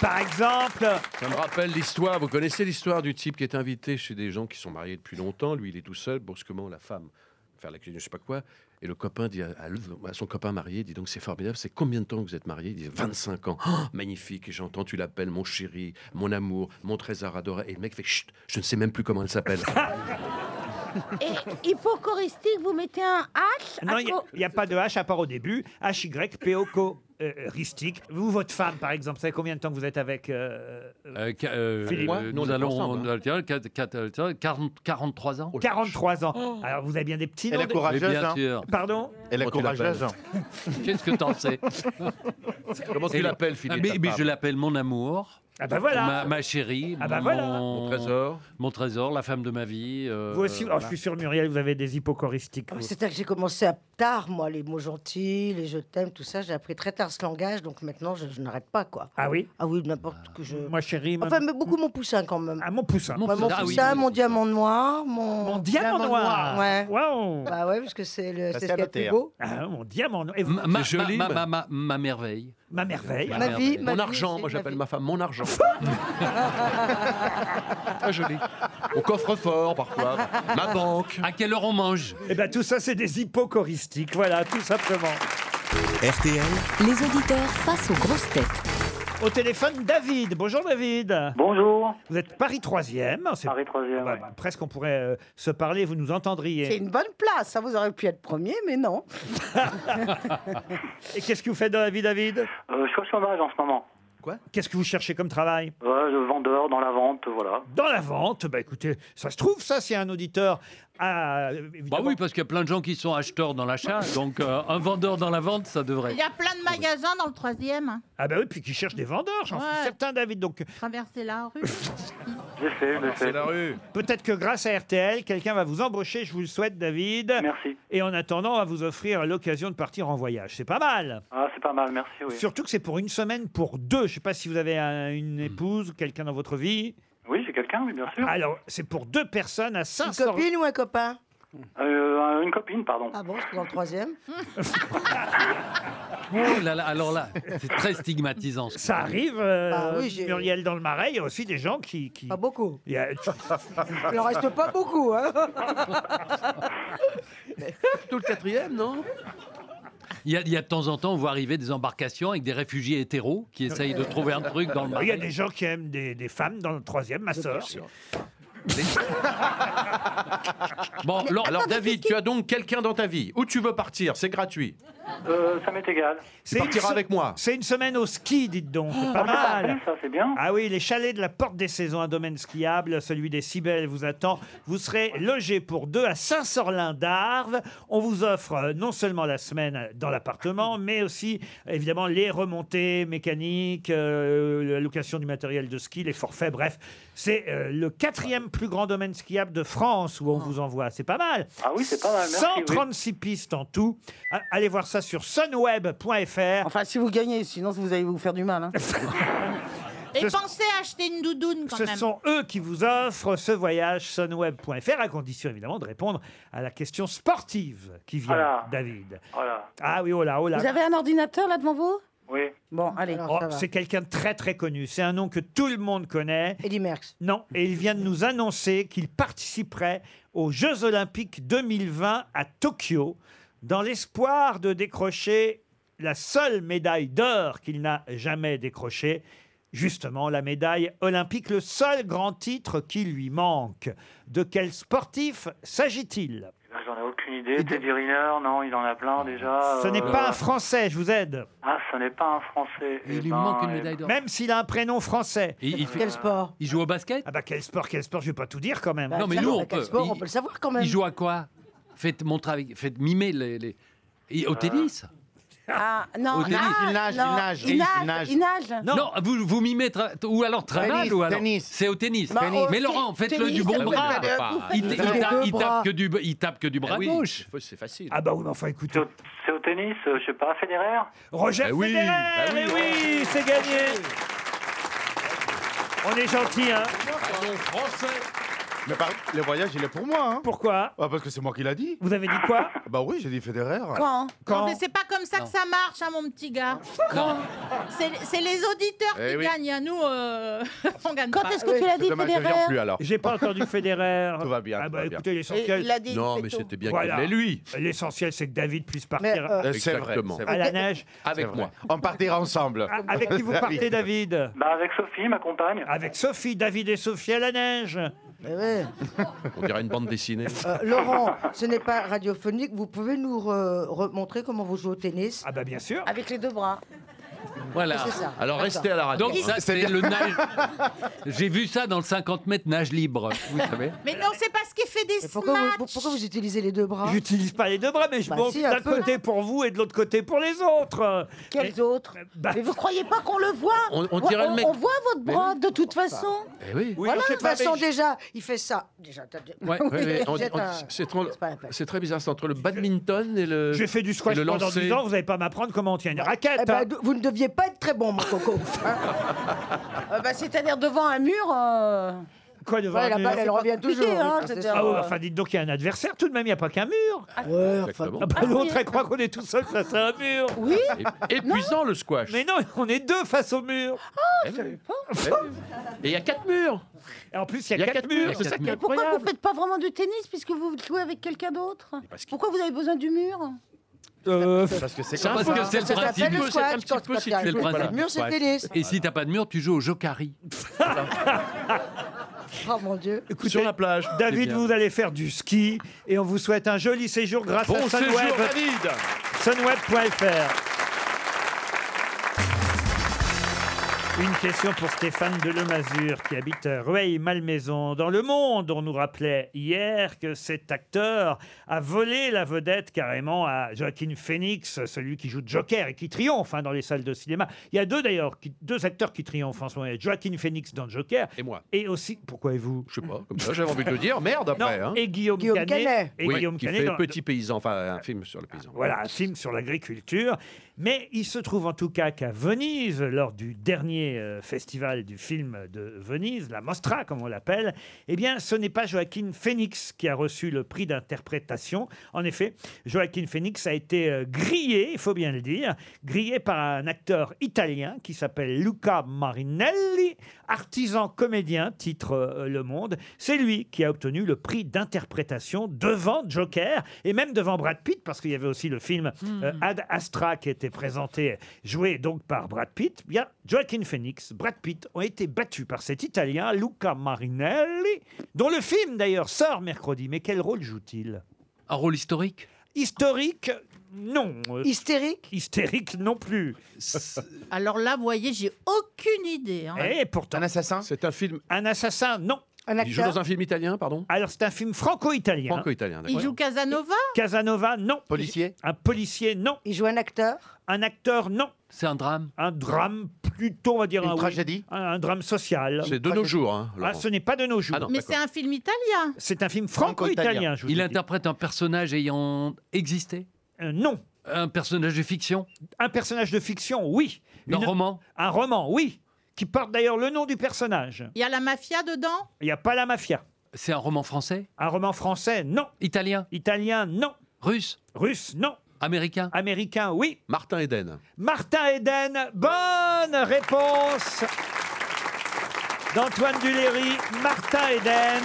Par exemple,
Ça me rappelle l'histoire, vous connaissez l'histoire du type qui est invité chez des gens qui sont mariés depuis longtemps. Lui, il est tout seul, brusquement, la femme faire la cuisine, je sais pas quoi. Et le copain dit à, à l'autre- à son copain marié, dit donc c'est formidable, c'est combien de temps que vous êtes marié Il dit 25 ans. Oh, magnifique, et j'entends, tu l'appelles mon chéri, mon amour, mon trésor adoré. Et le mec fait, chut, je ne sais même plus comment elle s'appelle.
[LAUGHS] Et hypocoristique, vous mettez un H
non,
à
il
co-
n'y a, pas de H à part au début. H-Y-P-O-C-O. euh, ristique. Vous, votre femme, par exemple, vous savez combien de temps que vous êtes avec euh,
Euh, ca- euh,
Philippe.
euh,
Nous, on
nous
est
allons
ensemble,
hein.
on- quatre- quatre- euh, 40 43 ans.
43 ans. Alors, vous avez bien des petits
Elle
noms
est
de-
courageuse, Mais bien hein. sûr.
Pardon
Elle est
Comment tu [LAUGHS]
courageuse.
l'appelles [LAUGHS] euh, Qu'est-ce que t'en sais
Comment
Et
tu
le-
l'appelles, Philippe
Ah, mais-
ta
mais,
femme
je l'appelle mon amour.
Ah bah voilà.
Ma, ma chérie.
Ah bah voilà.
Mon trésor.
Mon trésor, la femme de ma vie. euh,
Vous aussi, oh,
voilà.
je suis sûr, Muriel, vous avez des hypocoristiques. vous.
C'est-à-dire que j'ai commencé à tard, moi, les mots gentils, les je t'aime, tout ça. J'ai appris très tard ce langage, donc maintenant, je, je n'arrête pas, quoi.
Ah oui
Ah oui, n'importe que je...
Moi, chérie. ma-
Enfin, mais beaucoup mon poussin, quand même.
Ah, mon poussin.
Ouais, mon
Ah oui.
poussin, mon diamant noir, Oh, mon...
Mon diamant noir.
Ouais.
Waouh.
Bah ouais, parce que c'est le...
Ça,
c'est
c'est
ce qu'il y a de
noté,
plus
hein.
beau.
Ah, mon diamant noir. Et vous-
Ma, ma-
C'est joli,
ma- [LAUGHS]
mais-
ma- ma- ma merveille.
Ma merveille.
Ma
Ma
merveille.
vie, ma
Mon
vie,
argent,
c'est
moi
ma
j'appelle
vie.
ma femme mon
[LAUGHS]
argent. Très joli. Au coffre-fort parfois, ma banque.
À quelle heure on mange
Eh bien, tout ça, c'est des hypocoristiques. Voilà, tout simplement.
RTL,
Les auditeurs face aux grosses têtes.
Au téléphone, David. Bonjour, David. Bonjour. Vous êtes Paris 3e. Paris 3e. presque on pourrait euh, se parler, vous nous entendriez.
C'est une bonne place, ça vous aurait pu être premier, mais non.
[LAUGHS] Et qu'est-ce que vous faites dans la vie, David Euh, Je suis au chômage en ce moment. Quoi Qu'est-ce que vous cherchez comme travail
[LAUGHS] Ouais, je vendeur dans la vente, voilà.
Dans la vente, bah écoutez, ça se trouve, ça, c'est un auditeur. ah, euh, à-
Bah
évidemment-
oui, parce qu'il y a plein de gens qui sont acheteurs dans
[LAUGHS]
l'achat, donc euh, un vendeur dans la vente, ça devrait.
Il y a plein de magasins dans le troisième. hein.
Ah bah oui, puis qui cherche des vendeurs, j'en suis
Ouais.
certain, David. Donc
Traverser la
[LAUGHS]
rue.
J'ai fait, j'ai fait. la rue. Peut-être que grâce à RTL, quelqu'un va vous embaucher. Je vous le souhaite, David. Merci. Et en attendant, on va vous offrir l'occasion de partir en voyage. C'est pas mal.
Ah, c'est pas mal, merci, oui.
Surtout que c'est pour une semaine, pour deux. Je sais pas si vous avez un-
Hmm.
une épouse ou quelqu'un dans votre vie.
Oui, j'ai quelqu'un, oui, bien sûr.
Alors, c'est pour deux personnes à
Une
500
copine ou un copain
Euh, une copine, pardon.
Ah bon, c'est dans
[LAUGHS]
le troisième
Oh là là, alors là, c'est très stigmatisant.
Ça arrive, euh,
Ah oui, j'ai-
Muriel dans le Marais, il y a aussi des gens qui... Pas
beaucoup.
Il
Il en reste pas beaucoup, hein
Tout le quatrième, non il y, a, il y a de temps en temps, on voit arriver des embarcations avec des réfugiés hétéros qui essayent de trouver un truc dans le
Bah, Il y a
marais.
des gens qui aiment des, des femmes dans le troisième, ma sœur.
Bon, Laure- alors David, tu as donc quelqu'un dans ta vie. Où tu veux partir C'est gratuit.
Euh, ça m'est égal.
C'est une se- C'est une semaine au ski, dites donc. C'est pas
Ah, c'est
mal.
parfait, ça, c'est bien.
Ah oui, les chalets de la Porte des Saisons, un domaine skiable, celui des Cibelles vous attend. Vous serez logé pour deux à Saint-Sorlin d'Arves. On vous offre euh, non seulement la semaine dans l'appartement, mais aussi évidemment les remontées mécaniques, euh, la location du matériel de ski, les forfaits, bref. C'est euh, le quatrième plus grand domaine skiable de France où on vous envoie. C'est pas mal.
Ah oui, c'est pas mal, merci, oui.
136 pistes en tout. A- Allez voir ça sur sunweb.fr.
Enfin, si vous gagnez, sinon vous allez vous faire du
[LAUGHS]
mal. hein.
Et
Ce-
pensez à acheter une doudoune quand
Ce
même.
sont eux qui vous offrent ce voyage sunweb.fr, à condition évidemment de répondre à la question sportive qui vient,
Voilà.
David.
Voilà.
Ah oui, oh là, oh là.
Vous avez un ordinateur là devant
[LAUGHS]
vous
Oui.
Bon,
Ah,
allez.
Oh, c'est quelqu'un de très très connu. C'est un nom que tout le monde connaît.
Eddie Merckx.
Non, et il vient de nous annoncer qu'il participerait aux Jeux Olympiques 2020 à Tokyo dans l'espoir de décrocher la seule médaille d'or qu'il n'a jamais décrochée. Justement, la médaille olympique, le seul grand titre qui lui manque. De quel sportif s'agit-il
Là, J'en ai aucune idée. Teddy Riner, non, il en a plein déjà.
Ce n'est
Euh,
pas un Français, je vous aide.
Ah, ce n'est pas un Français. Eh ben, eh-
Même s'il a un prénom français.
il fait- Quel
sport
Il joue au basket
Ah bah quel sport, quel sport, je vais pas tout dire quand même.
Non, mais nous, on peut.
sport, Bah, on
Il-
peut le savoir quand même.
Il joue à quoi Faites montrer avec- faites mimer les. les- Et au
Euh,
tennis
Ah, non,
Au tennis.
ah,
Il nage, il
non,
nage,
Il
il
nage,
nage.
il nage.
Non, vous, vous mimez tra- ou alors Traval
Tennis,
ou alors
tennis.
c'est au tennis.
Bah, Tennis. au
Mais
te-
Laurent, faites-le
tennis,
du bon
vous
Ah,
bras.
faites- vous faites-
Il,
vous
il
faites les
tape-
deux
il
bras.
tape que du il tape que du bras gauche.
C'est facile.
Ah bah oui, mais enfin écoutez.
C'est au tennis, euh, je sais pas, Federer
Roger
Eh oui,
Federer,
bah oui.
eh oui, c'est gagné. On est gentil, hein
français.
Mais par- le voyage, il est pour moi. hein.
Pourquoi
Ah, Parce que c'est moi qui l'a dit.
Vous avez dit quoi
Bah oui, j'ai dit Federer.
Quand Non, mais c'est pas comme ça
Non.
que ça marche, hein, mon petit gars. C'est c'est les auditeurs
Eh
qui
oui.
gagnent, hein, nous, euh, [LAUGHS] on gagne
Quand
pas.
est-ce que
Ah
tu l'as
Ah C'est dommage, je viens plus alors.
J'ai pas entendu Federer.
[LAUGHS] Tout va bien.
Ah
tout
bah
va bien.
écoutez, l'essentiel.
Il l'a dit,
Non, mais c'était bien qu'il l'ait, lui.
L'essentiel, c'est que David puisse partir
Mais, euh, Euh, c'est vrai, c'est
à
vrai.
la neige.
Avec
C'est
moi.
vrai. On partira ensemble.
Ah, Avec
[LAUGHS]
qui vous partez, David
Bah, Avec Sophie, ma compagne.
Avec Sophie, David et Sophie à la
[LAUGHS]
neige.
On dirait une bande dessinée.
Eh Euh, Laurent, ce n'est pas radiophonique. Vous pouvez nous re- remontrer comment vous jouez au tennis
Ah bah bien sûr.
Avec les deux bras.
Voilà.
C'est ça.
Alors, restez à la radio.
Donc
Hein.
ça c'est
[LAUGHS]
C'est-à-dire-
le nage. J'ai vu ça dans le 50 mètres nage libre. Vous savez.
Mais non, c'est parce qu'il fait des
Et pourquoi
smats.
vous, pourquoi vous utilisez les deux bras
J'utilise pas les deux bras, mais je
Bah
monte
si, un
d'un
peu.
côté pour vous et de l'autre côté pour les autres.
Quels
Mais-
autres
Bah-
Mais vous croyez pas qu'on le voit
On- on dirait le mec.
on voit votre
Mais
bras
oui. Eh
de toute façon.
oui.
voilà,
on
de
sait
toute
pas, mais
façon,
je-
déjà, il fait ça. Déjà, t'as-
Ouais,
[LAUGHS] Oui,
ouais, ouais, on-
vous êtes
on-
un-
c'est trop- c'est très bizarre, c'est entre le badminton et le.
J'ai fait du squash
et le
pendant
lancer.
10 ans, vous n'allez pas m'apprendre comment on tient une raquette.
Eh ben,
hein.
d- vous ne deviez pas être très bon, mon
[LAUGHS]
coco.
Euh, bah, C'est-à-dire devant un mur. euh,
Quoi devant
Ouais,
un
la
mur
balle, elle C'est pas revient compliqué, toujours, hein, oui, c'est c'est-à-dire,
Ah ouais,
euh,
enfin, dites donc, il y a un adversaire, tout de même, il n'y a pas qu'un mur.
Exactement.
Ah bah, L'autre, elle croit qu'on est tout seul face à un mur.
Oui.
É- Épuisant le squash.
Mais non, on est deux face au mur.
Ah,
Eh oui. Et il y a quatre murs.
Et en plus, il y a quatre murs.
C'est ça qui est
Mais pourquoi vous
incroyable.
faites pas vraiment du tennis puisque vous jouez avec quelqu'un d'autre Pourquoi vous avez besoin du mur
Euh,
Parce que c'est
Non, parce que c'est le
Ça
principe.
s'appelle le
Un peu,
squash
c'est- un petit
quand-
peu,
quand
si
il y a
tu fais le
un coup de
principe.
mur, c'est
Ouais.
télé.
Et si t'as pas de mur, tu joues au jokari.
Oh mon Dieu.
Sur la plage. David,
C'est bien.
vous allez faire du ski et on vous souhaite un joli séjour grâce à
Bon
Sunweb.
séjour, David
Sunweb.fr. Une question pour Stéphane Delemazur qui habite Rueil-Malmaison. Dans Le Monde, on nous rappelait hier que cet acteur a volé la vedette carrément à Joaquin Phoenix, celui qui joue Joker et qui triomphe hein, dans les salles de cinéma. Il y a deux d'ailleurs, qui- deux acteurs qui triomphent en ce moment. Il y a Joaquin Phoenix dans Joker. Et moi. Et aussi, pourquoi et vous
Je sais pas, comme ça, Ah, j'avais envie de le dire. Merde, après.
Non,
hein.
Et Guillaume,
Guillaume
Canet.
Canet.
Et
Oui,
Guillaume
qui
Canet
fait
dans-
Petit paysan, enfin un film sur le paysan.
Voilà, un film sur l'agriculture. Mais il se trouve en tout cas qu'à Venise, lors du dernier euh, festival du film de Venise, la Mostra comme on l'appelle, eh bien ce n'est pas Joaquin Phoenix qui a reçu le prix d'interprétation. En effet, Joaquin Phoenix a été euh, grillé, il faut bien le dire, grillé par un acteur italien qui s'appelle Luca Marinelli, artisan comédien, titre euh, Le Monde. C'est lui qui a obtenu le prix d'interprétation devant Joker et même devant Brad Pitt, parce qu'il y avait aussi le film euh, Ad Astra qui était présenté, joué donc par Brad Pitt. Bien, Joaquin Phoenix, Brad Pitt ont été battus par cet Italien, Luca Marinelli, dont le film d'ailleurs sort mercredi. Mais quel rôle joue-t-il
Un rôle historique
Historique non. Euh,
Hystérique
Hystérique non plus.
Alors là, vous voyez, j'ai aucune idée. hein.
Et Eh, pourtant. Un assassin
C'est un film.
Un assassin, non.
Un
Il joue
acteur
dans un film italien, pardon
Alors, c'est un film franco-italien.
Franco-italien,
Il
d'accord.
joue Casanova
Casanova, non. Policier Un policier, non.
Il joue un acteur
Un acteur, non.
C'est un drame
Un drame plutôt, on va dire.
Une
un, oui,
tragédie
un, un drame social.
C'est de nos jours, hein,
Ah,
Laurent.
ce n'est pas de nos jours.
Mais c'est un film italien.
C'est un film franco-italien, je vous
Il
ai dit.
interprète un personnage ayant existé
Euh, Non.
Un personnage de fiction
Un personnage de fiction, oui.
D'un
Une-
roman
Un roman, oui. Qui porte d'ailleurs le nom du personnage.
Il y a la mafia dedans
Il n'y a pas la mafia.
C'est un roman français
Un roman français, non.
Italien
Italien, non.
Russe
Russe, non.
Américain
Américain, oui.
Martin Eden.
Martin Eden, bonne réponse d'Antoine Duléry, Martin Eden.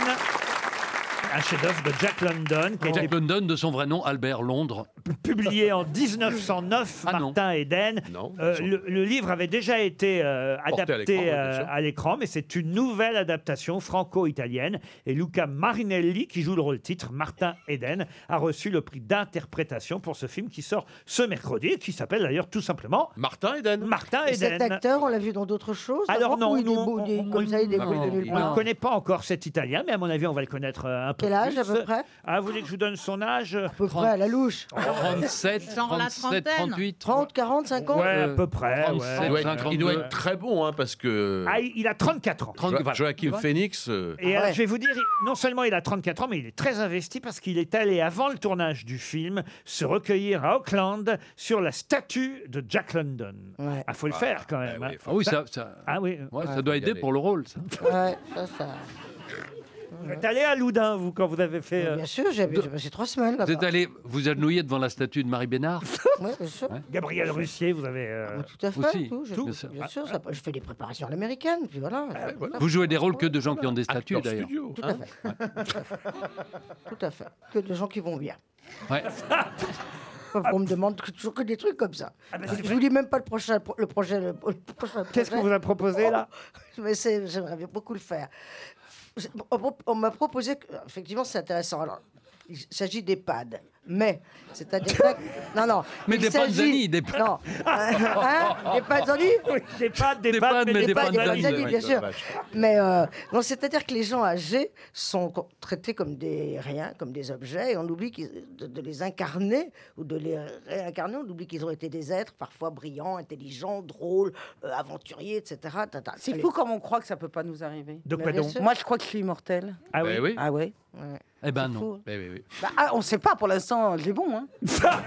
Un chef-d'œuvre de Jack London qui a
Jack
été
London, de son vrai nom, Albert Londres.
publié en 1909, Martin Eden. Euh, le, le livre avait déjà été euh,
Porté à
adapté
l'écran, ouais, bien
euh,
sûr.
à l'écran, mais c'est une nouvelle adaptation franco-italienne. Et Luca Marinelli, qui joue le rôle titre, Martin Eden, a reçu le prix d'interprétation pour ce film qui sort ce mercredi et qui s'appelle d'ailleurs tout simplement
Martin Eden.
Martin
Et cet
Eden.
acteur, on l'a vu dans d'autres choses
Alors
avant,
non,
ou il
nous,
est beau, il est comme ça,
Ah
il est beau de nulle
on ne
part.
connaît pas Ah encore cet Italien, mais à mon avis, on va le connaître euh, un peu
Quel âge,
plus.
à peu près
Ah, vous voulez que je vous donne son âge À
peu près, à la louche.
Oh,
37,
Genre la
37,
trentaine.
38.
30, 40, 50
Ouais, à Euh, peu près. ouais.
Il doit, être, il doit être très bon, hein, parce que.
Ah, il a 34 ans.
Jo- Joachim Phoenix. euh,
Et
Ah
alors, je vais vous dire, il- non seulement il a 34 ans, mais il est très investi parce qu'il est allé, avant le tournage du film, se recueillir à Auckland sur la statue de Jack London.
Ouais.
Ah, faut le
Ah,
faire quand même. hein.
Ah oui, ça, ça-
Ah oui. euh,
ouais, ça doit aider pour le rôle. ça.
Ouais, ça, ça.
Vous êtes Euh, allé à Loudun, vous, quand vous avez fait... euh,
Bien sûr, j'ai j'ai passé trois semaines
Vous êtes
là-bas.
allé vous agenouiller devant la statue de Marie
[LAUGHS]
Bénard
Ouais, bien sûr.
Gabriel Ah, Russier, vous avez... euh,
Tout à fait,
Aussi,
tout, j'ai-
tout.
bien sûr. ça- je fais des préparations à l'américaine, puis voilà.
Ah,
Vous jouez des rôles que de gens qui ont des statues
Acteur
d'ailleurs.
studio,
Tout
hein.
à fait. Tout à fait. Que de gens qui vont bien.
Ouais.
On me demande que- toujours que des trucs comme ça.
bah,
je
c'est
vous dis même pas le prochain pro- le projet. le- le prochain
Qu'est-ce qu'on
projet.
vous a proposé, là
[LAUGHS] Mais c'est- j'aimerais bien beaucoup le faire. Je- on- On m'a proposé, que- effectivement, c'est intéressant. Alors, il s'agit des pads, mais c'est-à-dire pas-
[LAUGHS]
non non.
Mais
il
des
s'agit-
panzani, des pa- [LAUGHS]
non, Hein des [LAUGHS] panzani.
Des pattes, des,
Des
pattes,
pattes, mais
Des
des
pas- des
panzani,
panzani,
ouais,
bien
de
sûr.
vache.
Mais euh, non, c'est-à-dire que les gens âgés sont co- traités comme des riens, comme des objets, et on oublie qu'ils- de, de les incarner ou de les réincarner. On oublie qu'ils ont été des êtres parfois brillants, intelligents, drôles, euh, aventuriers, etc. Tata.
C'est
Allez.
fou comme on croit que ça peut pas nous arriver. Bah,
De
Mais
quoi
bien
donc
sûr.
Moi, je crois que je suis immortel.
Ah oui.
Eh oui.
Ah ouais.
Eh
C'est
ben
hein.
non.
fou.
Eh oui,
[LAUGHS]
oui.
Bah, ah, on sait pas pour l'instant, j'ai bon. Hein.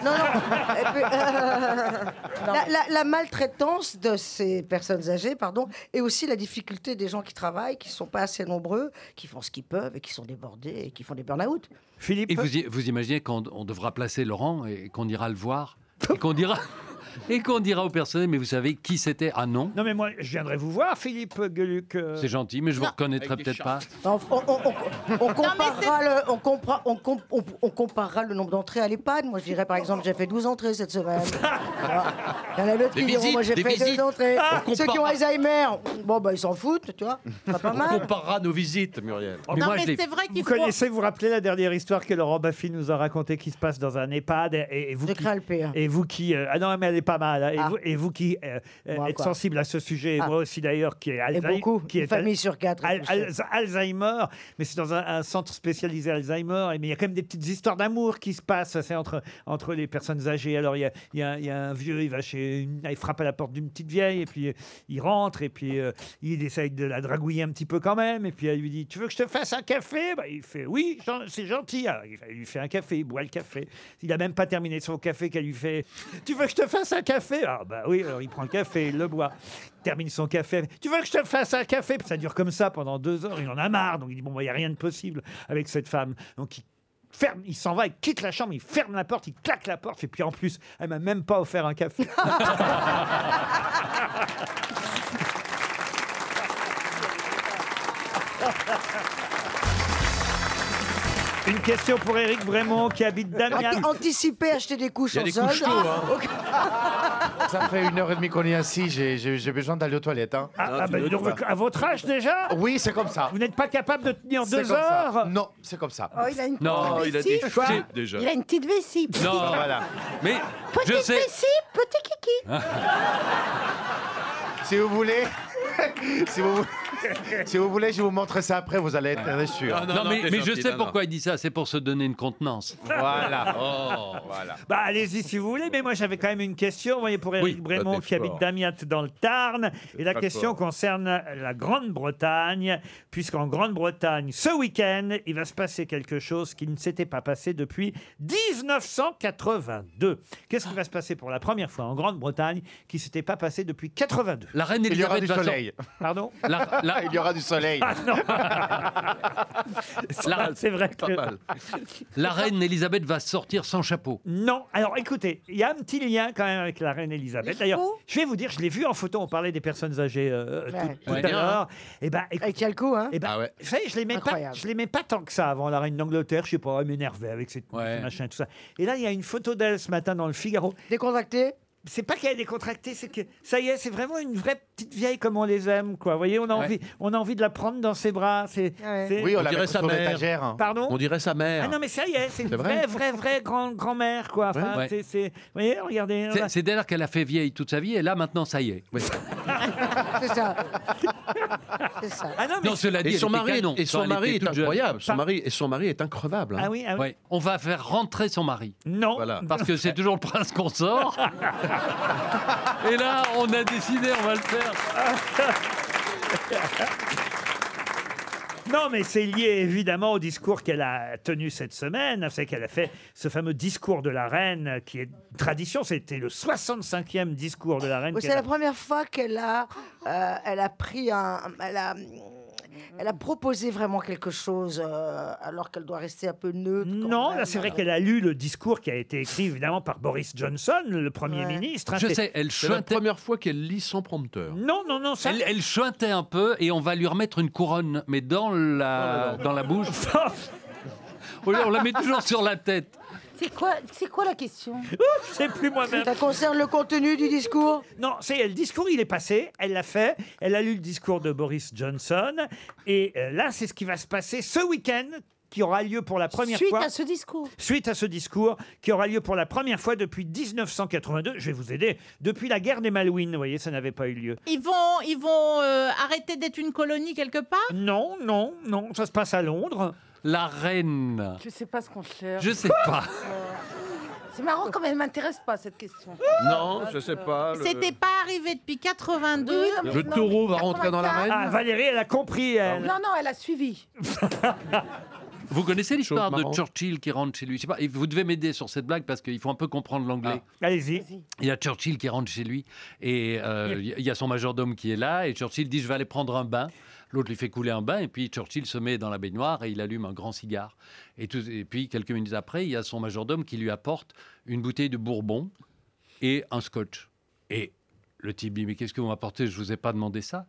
Non, non. [LAUGHS]
[LAUGHS]
Et puis, euh, ben, la, la- la maltraitance de ces personnes âgées, pardon, et aussi la difficulté des gens qui travaillent, qui ne sont pas assez nombreux, qui font ce qu'ils peuvent et qui sont débordés et qui font des burn-out.
[LAUGHS] Philippe [LAUGHS]
Et vous, i- vous imaginez quand on devra placer Laurent et qu'on ira le voir et qu'on dira [LAUGHS] Et qu'on dira aux personnes, mais vous savez qui c'était Ah non
Non, mais moi, je viendrai vous voir, Philippe Gueluc. euh.
C'est gentil, mais je vous reconnaîtrai peut-être pas.
On, on- on- on- on comparera le, on, compara- on com- on- on comparera le nombre d'entrées à l'EHPAD. Moi, je dirais, par exemple, j'ai fait 12 entrées cette semaine. Voilà. Il y en a d'autres
Des
qui diront,
visites,
moi, j'ai
des
fait
visites.
deux entrées.
Ah, on
Ceux qui ont
comparera.
Alzheimer, bon, bah, ils s'en foutent, tu vois. Pas, pas
On
mal.
comparera nos visites, Muriel.
Non, mais c'est vrai
qu'il
Vous
faut-
connaissez, vous rappelez la dernière histoire que Laurent Baffy nous a racontée qui se passe dans un EHPAD et, et vous qui, Et vous qui euh, ah non mais elle est pas mal hein, et,
Ah.
vous, et vous qui euh, euh,
Moi,
êtes
quoi.
sensible à ce sujet et
Ah.
moi aussi d'ailleurs qui est
Et
Alzheimer
beaucoup,
qui
une
est
famille sur quatre,
Al-
je sais.
Al- Alzheimer mais c'est dans un, un centre spécialisé Alzheimer et mais il y a quand même des petites histoires d'amour qui se passent c'est entre entre les personnes âgées alors il y a, il y a un- il y a un vieux il va chez une- ah, il frappe à la porte d'une petite vieille et puis euh, il rentre et puis euh, il essaye de la dragouiller un petit peu quand même et puis elle lui dit tu veux que je te fasse un café Bah, il fait oui gen- c'est gentil Alors, il lui fait un café il boit le café il a même pas terminé son café qu'elle lui fait tu veux que je te fasse un café ah bah oui alors il prend le café il le boit termine son café. Tu veux que je te fasse un café Ça dure comme ça pendant deux heures. Il en a marre. Donc il dit Bon, bah, il n'y a rien de possible avec cette femme. Donc il ferme, il s'en va, il quitte la chambre, il ferme la porte, il claque la porte. Et puis en plus, elle m'a même pas offert un café. Une question pour Éric Brémond qui habite Damiens.
Anti- Anticiper, acheter des couches
Il y a
en
des
solde.
couches chauds, hein.
[LAUGHS]
[LAUGHS] Ok.
Ça fait une heure et demie qu'on est assis, j'ai- j'ai j'ai besoin d'aller aux toilettes. hein.
Ah, ah, bah, donc, à votre âge déjà
Oui, c'est comme ça.
Vous n'êtes pas capable de tenir
C'est
deux
comme ça.
heures
Non, c'est comme ça.
Oh, il a une
Non,
petite
il a des
vessie.
cheveux,
Quoi
déjà.
Il a une petite vessie.
Non, voilà.
Mais
Petite vessie, petit kiki.
Si vous voulez, [LAUGHS] si vous, si vous voulez, je vous montre ça après. Vous allez être
Ah,
sûr.
Non, mais, mais je sais pourquoi il dit ça, c'est pour se donner une contenance. [LAUGHS]
Voilà.
Oh,
[LAUGHS]
voilà.
Bah allez-y si vous voulez, mais moi j'avais quand même une question, vous voyez, pour Éric Brémond
bah, t'es
qui habite
fort.
Damiat dans le Tarn. Et la
très
question
fort.
concerne la Grande-Bretagne, puisqu'en Grande-Bretagne, ce week-end, il va se passer quelque chose qui ne s'était pas passé depuis 1982. Qu'est-ce qui va se passer pour la première fois en Grande-Bretagne qui ne s'était pas passé depuis 82
La reine
Il y aura
Elisabeth
du
va sor-
soleil. [LAUGHS]
Pardon Ah,
La- la-
Il y aura du soleil.
[LAUGHS]
La-
C'est vrai que...
La reine Elisabeth va sortir sans chapeau.
Non. Alors écoutez, il y a un petit lien quand même avec la reine Elisabeth. D'ailleurs, je vais vous dire, je l'ai vu en photo, on parlait des personnes âgées euh, euh, tout-
Ouais.
tout,
Ouais.
à l'heure. Et ben, écoute-
hein. Avec Yalco, hein
eh ben,
Ah
Vous savez, je l'aimais pas,
Incroyable.
je l'aimais pas tant que ça avant la reine d'Angleterre. Je sais pas, elle m'énervait avec cette ce machin tout ça. Et là, il y a une photo d'elle ce matin dans le Figaro.
Décontractée.
C'est pas qu'elle est décontractée, c'est que ça y est, c'est vraiment une vraie petite vieille comme on les aime, quoi. Vous voyez, on a
Ouais.
envie, on a envie de la prendre dans ses bras. C'est, c'est-
Oui, on, dirait sa mère.
Pardon.
hein. On dirait sa mère.
Ah non, mais ça y est, c'est une
C'est
vraie,
vrai
vraie, vraie grand, grand-mère, quoi. Enfin,
Ouais.
c'est- c'est- Vous voyez, regardez.
C'est-
[LAUGHS]
C'est d'ailleurs qu'elle a fait vieille toute sa vie et là maintenant ça y est.
Ah,
C'est ça. C'est ça.
Ah non,
mais- Non, cela dit,
et son
elle était
mari,
canon.
et son
Quand elle
mari
était
est
toute jeune.
incroyable. Son mari, et son mari est increvable. hein.
Ah oui, ah oui.
Ouais. On va faire rentrer son mari.
Non.
Parce que c'est toujours le prince
[LAUGHS]
consort. et là, on a décidé, on va le
[LAUGHS]
faire.
Non, mais c'est lié évidemment au discours qu'elle a tenu cette semaine. C'est qu'elle a fait ce fameux discours de la reine qui est une tradition. C'était le 65e discours de la reine.
Oui,
qu'elle
C'est
a-
la première fois qu'elle a, euh, elle a pris un, elle a, elle a proposé vraiment quelque chose euh, alors qu'elle doit rester un peu neutre. quand
Non,
même.
là, c'est vrai qu'elle a lu le discours qui a été écrit évidemment par Boris Johnson, le Premier
Ouais.
ministre. hein.
Je
C'est-
sais, elle
c'est la
chantait.
première-
fois qu'elle lit sans prompteur.
Non, non, non, ça.
Elle, elle chantait un peu et on va lui remettre une couronne, mais dans
Oh
la, dans la
[LAUGHS]
bouche. on on la met toujours sur la tête.
C'est quoi, c'est quoi la question
C'est plus moi-même.
Ça concerne le contenu du discours
Non, c'est le discours, il est passé, elle l'a fait, elle a lu le discours de Boris Johnson, et euh, là, c'est ce qui va se passer ce week-end, qui aura lieu pour la première
Suite
fois.
à ce discours.
Suite à ce discours, qui aura lieu pour la première fois depuis 1982, je vais vous aider, depuis la guerre des Malouines, vous voyez, ça n'avait pas eu lieu.
Ils vont, ils vont euh, arrêter d'être une colonie quelque part
Non, non, non, ça se passe à Londres.
La reine.
Je sais pas ce qu'on cherche.
Je sais pas.
C'est marrant comme elle m'intéresse pas cette question.
Non, je sais
Ah,
pas. le-
C'était pas arrivé depuis 82.
Oui, non, mais- Le non, taureau mais va rentrer dans la 84. reine
Ah, Valérie, elle a compris, elle.
Non, non, elle
[LAUGHS]
a suivi.
Vous connaissez l'histoire
Chose
de
marrante.
Churchill qui rentre chez lui Je sais pas, et vous devez m'aider sur cette blague parce qu'il faut un peu comprendre l'anglais.
Ah. Allez-y.
Il y a Churchill qui rentre chez lui et euh, il y a- il y a son majordome qui est là et Churchill dit je vais aller prendre un bain. L'autre lui fait couler un bain et puis Churchill se met dans la baignoire et il allume un grand cigare. Et, tout- et puis quelques minutes après, il y a son majordome qui lui apporte une bouteille de bourbon et un scotch. Et le type dit, mais qu'est-ce que vous m'apportez Je vous ai pas demandé ça.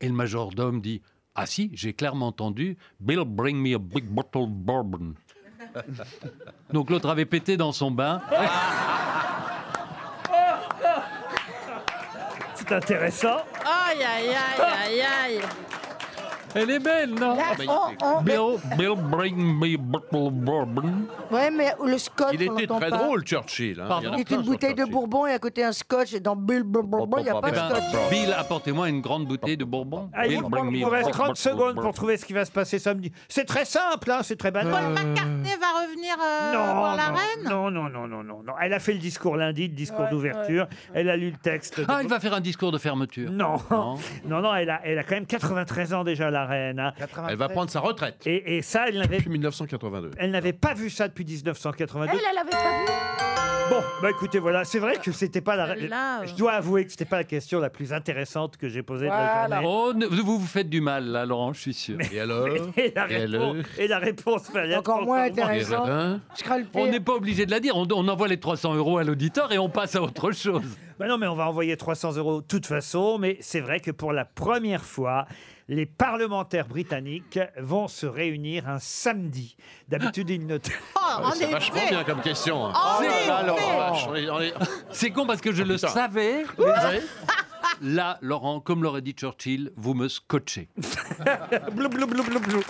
Et le majordome dit, ah si, j'ai clairement entendu, Bill, bring me a big bottle of bourbon.
[LAUGHS]
Donc l'autre avait pété dans son bain.
[LAUGHS]
Ah.
C'est intéressant.
Aïe, aïe,
Ah.
aïe, aïe, aïe.
Elle est belle, non Ah ben,
Là, Magnifique. on- on-
Bill, Bill, bring me a bottle of bourbon.
Ouais, mais le scotch. on l'entend pas.
Churchill.
Il est une bouteille de bourbon et à côté un scotch. Et dans Bill Bourbon, il n'y a pas de scotch.
Eh ben, Bill, apportez-moi une grande bouteille de bourbon.
Allez,
Bill,
Ah, il
bring me
vous
a
reste
bottle
30
of
secondes
bourbon.
pour trouver ce qui va se passer samedi. C'est très simple, hein, c'est très banal.
Et va revenir euh,
Non,
voir la
non,
reine
non, non, non, non, non, non. Elle a fait le discours lundi, le discours
Ouais,
d'ouverture. Elle a lu le texte.
Ah, il va faire un discours de fermeture.
Non, non, [LAUGHS] non, elle, a, elle a quand même 93 ans déjà, la reine. hein.
Elle va prendre sa retraite.
Et, et ça, elle n'avait...
Depuis 1982.
Elle n'avait pas vu ça depuis 1982.
Elle, elle avait pas vu.
Bon, bah écoutez, voilà, c'est vrai que c'était pas la.
Celle-là, euh.
Je dois avouer que c'était pas la question la plus intéressante que j'ai posée de la journée.
Oh, ne- vous vous faites du mal, là, Laurent, je suis sûr. Et
[LAUGHS]
alors
Et la, réponse, et la réponse fallait être encore moins
On n'est pas obligé de la dire. On, on envoie les 300 euros à l'auditeur et on passe à autre chose.
Bah non, mais on va envoyer 300 euros de toute façon. Mais c'est vrai que pour la première fois, les parlementaires britanniques vont se réunir un samedi. D'habitude, ils ne.
Ah, c'est vachement bien comme question. hein.
Oh,
En
C'est-
effet.
Laurent, vache, on est- on est-
C'est con parce que je le
putain.
savais. mais- Là, Laurent, comme l'aurait dit Churchill, vous me scotchez.
[LAUGHS] blou, blou, blou, blou, blou.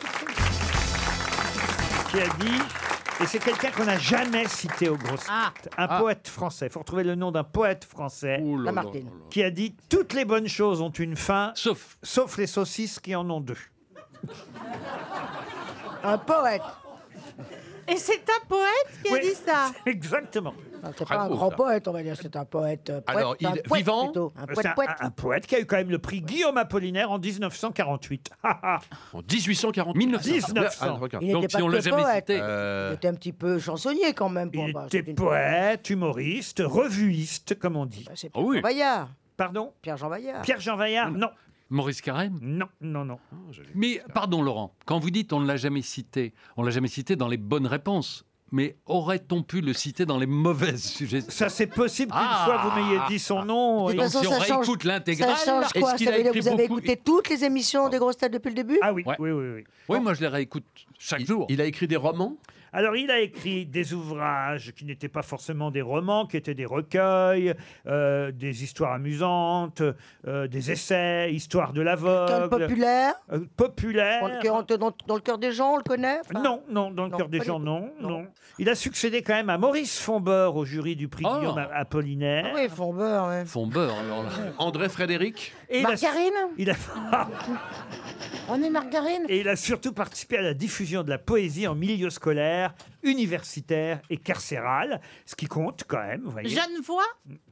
Qui a dit. Et c'est quelqu'un qu'on n'a jamais cité au gros
Ah.
Un poète français. Il faut retrouver le nom d'un poète français.
là Lamartine. là là.
Qui a dit Toutes les bonnes choses ont une fin. Sauf. Sauf les saucisses qui en
[LAUGHS]
ont deux.
Un poète.
Et c'est un poète qui a dit ça
[LAUGHS] Exactement.
C'est pas un grand poète, on va dire. C'est un poète. euh, poète,
Alors,
un
il-
poète
vivant
plutôt. Un
C'est
poète, poète.
un poète qui a eu quand même le prix Guillaume Apollinaire en 1948. en 1848 1900.
Il n'était pas que poète.
Euh,
Il était un petit peu chansonnier quand même. Pour moi.
T'es poète, humoriste, revuiste, comme on dit.
Pierre Jean Vaillard.
Ah Pardon
Pierre-Jean Vaillard.
Pierre-Jean Vaillard, non.
Maurice Carême
Non, non, non.
Mais pardon, Laurent, quand vous dites on ne l'a jamais cité, on l'a jamais cité dans les bonnes réponses. Mais aurait-on pu le citer dans les mauvaises suggestions Ah
Ça, c'est possible qu'une fois vous m'ayez dit son nom.
De toute façon, si on
ça change-
réécoute l'intégrale,
Ça change quoi Ça veut dire que vous avez écouté toutes les émissions des grosses têtes depuis le début
Ah oui, oui, oui, oui.
Oui, moi je les réécoute chaque jour.
Il a écrit des romans
Oh. Alors, il a écrit des ouvrages qui n'étaient pas forcément des romans, qui étaient des recueils, euh, des histoires amusantes, euh, des essais, histoire de l'aveugle.
populaire
Euh, Populaire.
Dans le cœur- dans, dans le cœur des gens, on le connaît enfin,
Non, non, dans le
Non,
cœur des
pas du
gens,
tout.
non, non, Il a succédé quand même à Maurice Fombeur au jury du prix Guillaume Apollinaire.
Ah oui, Fombeur, ouais.
Fombeur, alors là.
André Frédéric
Et il a-
Margarine
il a,
On est margarine
Et il a surtout participé à la diffusion de la poésie en milieu scolaire, universitaire et carcéral, ce qui compte quand même. vous voyez.
Jeune voix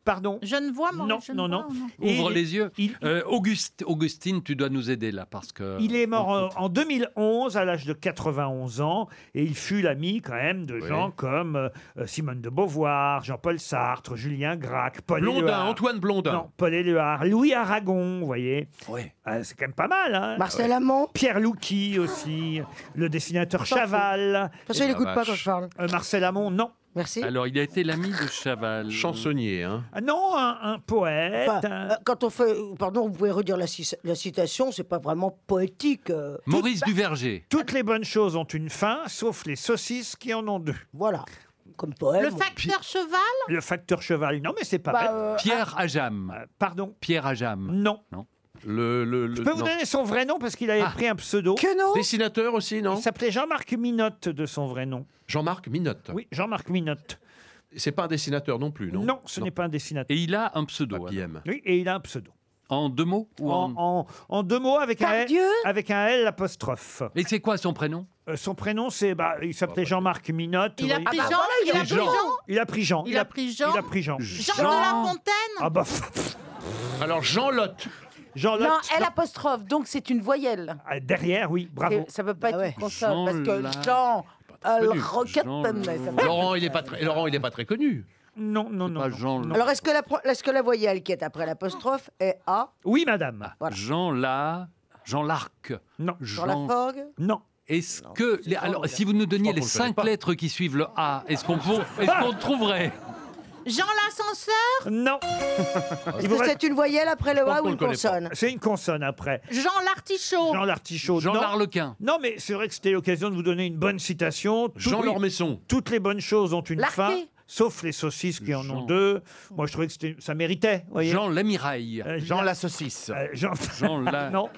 Pardon
Jeune voix,
Non,
Maurice
non, non.
Genevoix, non
Et
Ouvre
il-
les yeux. Euh, Auguste, Augustine, tu dois nous aider là parce
Euh,
que.
Il est mort en, en 2011 à l'âge de 91 ans et il fut l'ami quand même de gens comme euh, euh, Simone de Beauvoir, Jean-Paul Sartre, Julien Gracq, Paul
Blondin,
Éluard.
Antoine Blondin.
Non, Paul Éluard, Louis Aragon, vous voyez. Ah, c'est quand même pas mal. Hein
Marcel Ouais. Amand.
Pierre Louki aussi, le dessinateur Chaval.
De toute façon, il n'écoute
Ah,
pas quand je parle.
Euh, Marcel Amont, non.
Merci.
Alors, il a été l'ami de Chaval.
Chansonnier, hein.
Ah non, un, un poète.
Enfin,
un-
euh, quand on fait, euh, pardon, vous pouvez redire la, ci- la citation, c'est pas vraiment poétique. euh.
Maurice Duverger.
Toutes les bonnes choses ont une fin, sauf les saucisses qui en ont deux.
Voilà. Comme poème.
Le facteur cheval
Le facteur cheval, non, mais c'est pas
Bah,
bête.
euh,
Pierre Ajam.
pardon
Pierre Ajam.
Non.
Non.
Le, le,
Je peux vous donner son vrai nom parce qu'il avait pris un pseudo.
Que non
Ah. Dessinateur aussi, non
Il s'appelait Jean-Marc Minotte de son vrai nom.
Jean-Marc Minotte.
Oui, Jean-Marc Minotte.
C'est pas un dessinateur non plus, non Ah,
Non, ce n'est pas un dessinateur.
Et il a un pseudo.
Oui, et il a un pseudo.
En deux mots ou
En,
en...
en- en deux mots avec un, L,
Pardieu
avec un L apostrophe.
Et c'est quoi son prénom
Euh, son prénom, c'est. Bah, il s'appelait Jean-Marc Minotte. Ah,
Il a
vous
pris
voyez.
Jean, il a
Et
pris Jean.
Il a pris Jean.
Il a pris Jean.
Il a pris Jean.
Jean, de La Fontaine
Ah bah.
Alors Jean Lotte.
Jean
Non,
Lotte.
elle apostrophe, donc c'est une voyelle.
Ah, Derrière, oui, bravo.
Et Ça peut pas être une consonne, parce
Jean là.
que Jean... euh,
Connu.
roquette,
Jean-
mais ça va.
Laurent, il est pas très, Laurent, il est pas très connu.
Non, non, non.
Alors, est-ce que, la, pro- est-ce que la voyelle qui est après l'apostrophe est A
Ah.
Oui, madame.
Jean La... Jean Larc.
Non.
Jean Laforgue
Non.
Est-ce que. les- Alors, si vous nous donniez les
qu'on le connaît
cinq
pas.
[LAUGHS]
lettres qui suivent le A, est-ce qu'on pour- est-ce qu'on trouverait
Jean l'ascenseur
Non.
Est-ce que c'est une voyelle après le A ou une consonne
C'est une consonne après.
Jean l'artichaut.
Jean l'artichaut.
Jean
non.
l'Arlequin.
Non, mais c'est vrai que c'était l'occasion de vous donner une bonne citation.
Jean
Toutes-
Lormesson.
Toutes les bonnes choses ont une
Larquet.
fin. Sauf les saucisses qui en ont deux. Moi, je trouvais que c'était- ça méritait. voyez. Euh,
Jean Lamiraille.
Jean Euh,
la saucisse.
Jean...
[LAUGHS] Jean la-
[LAUGHS] non.